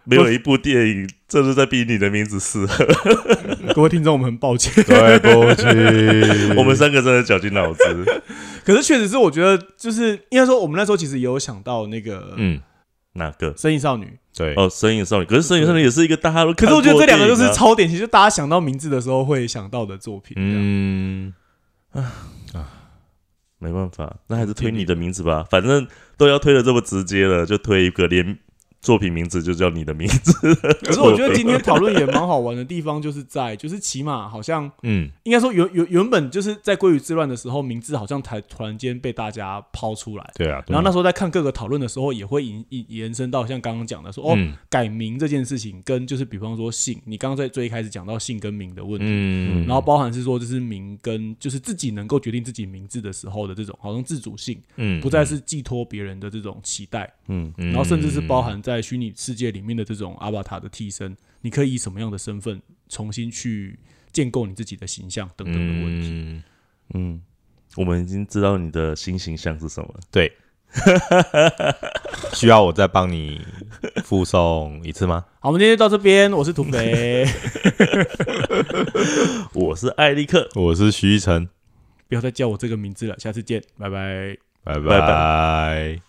S3: 没有一部电影这是在比你的名字
S2: [laughs]
S3: 适合。
S2: [laughs] 各位听众，我们很抱歉。
S1: 对不 [laughs] 起，
S3: 我们三个真的绞尽脑汁。
S2: [laughs]
S3: [laughs]
S2: 可是确实是，我觉得就是应该说，我们那时候其实也有想到那个《
S1: 嗯，
S3: 哪个？
S2: 生意少女
S1: 对，
S3: 哦，《身影少女》。可是《身影少女》也是一个大家都、
S2: 可是我觉得这两个都是
S3: 超。
S2: 超典型，就大家想到名字的时候会想到的作品。嗯，
S1: 嗯，
S3: 没办法，那还是推你的名字吧，反正都要推的这么直接了，就推一个连作品名字就叫你的名字。
S2: [laughs] 可是我觉得今天讨论也蛮好玩的地方，就是在就是起码好像
S1: 嗯，
S2: 应该说原原原本就是在归于之乱的时候，名字好像才突然间被大家抛出来。
S1: 对啊，对
S2: 然后那时候在看各个讨论的时候，也会引引延伸到像刚刚讲的说，哦，
S1: 嗯
S2: 改名这件事情跟就是比方说姓，你刚刚在最一开始讲到姓跟名的问题，
S1: 嗯，
S2: 然后包含是说就是名跟就是自己能够决定自己名字的时候的这种好像自主性，
S1: 嗯
S2: 不再是寄托别人的这种期待，
S3: 嗯，
S1: 嗯
S2: 然后甚至是包含在虚拟世界里面的这种阿巴塔的替身，你可以以什么样的身份重新去建构你自己的形象等等的问题。
S1: 嗯，
S3: 嗯，我们已经知道你的新形象是什么了。
S1: [laughs] 对，需要我再帮你附送一次吗？
S2: 好，我们今天就到这边，我是土肥， [laughs]
S3: 我是艾利克，
S1: 我是徐一晨，
S2: 不要再叫我这个名字了，下次见，拜拜。
S1: 拜
S3: 拜
S1: 拜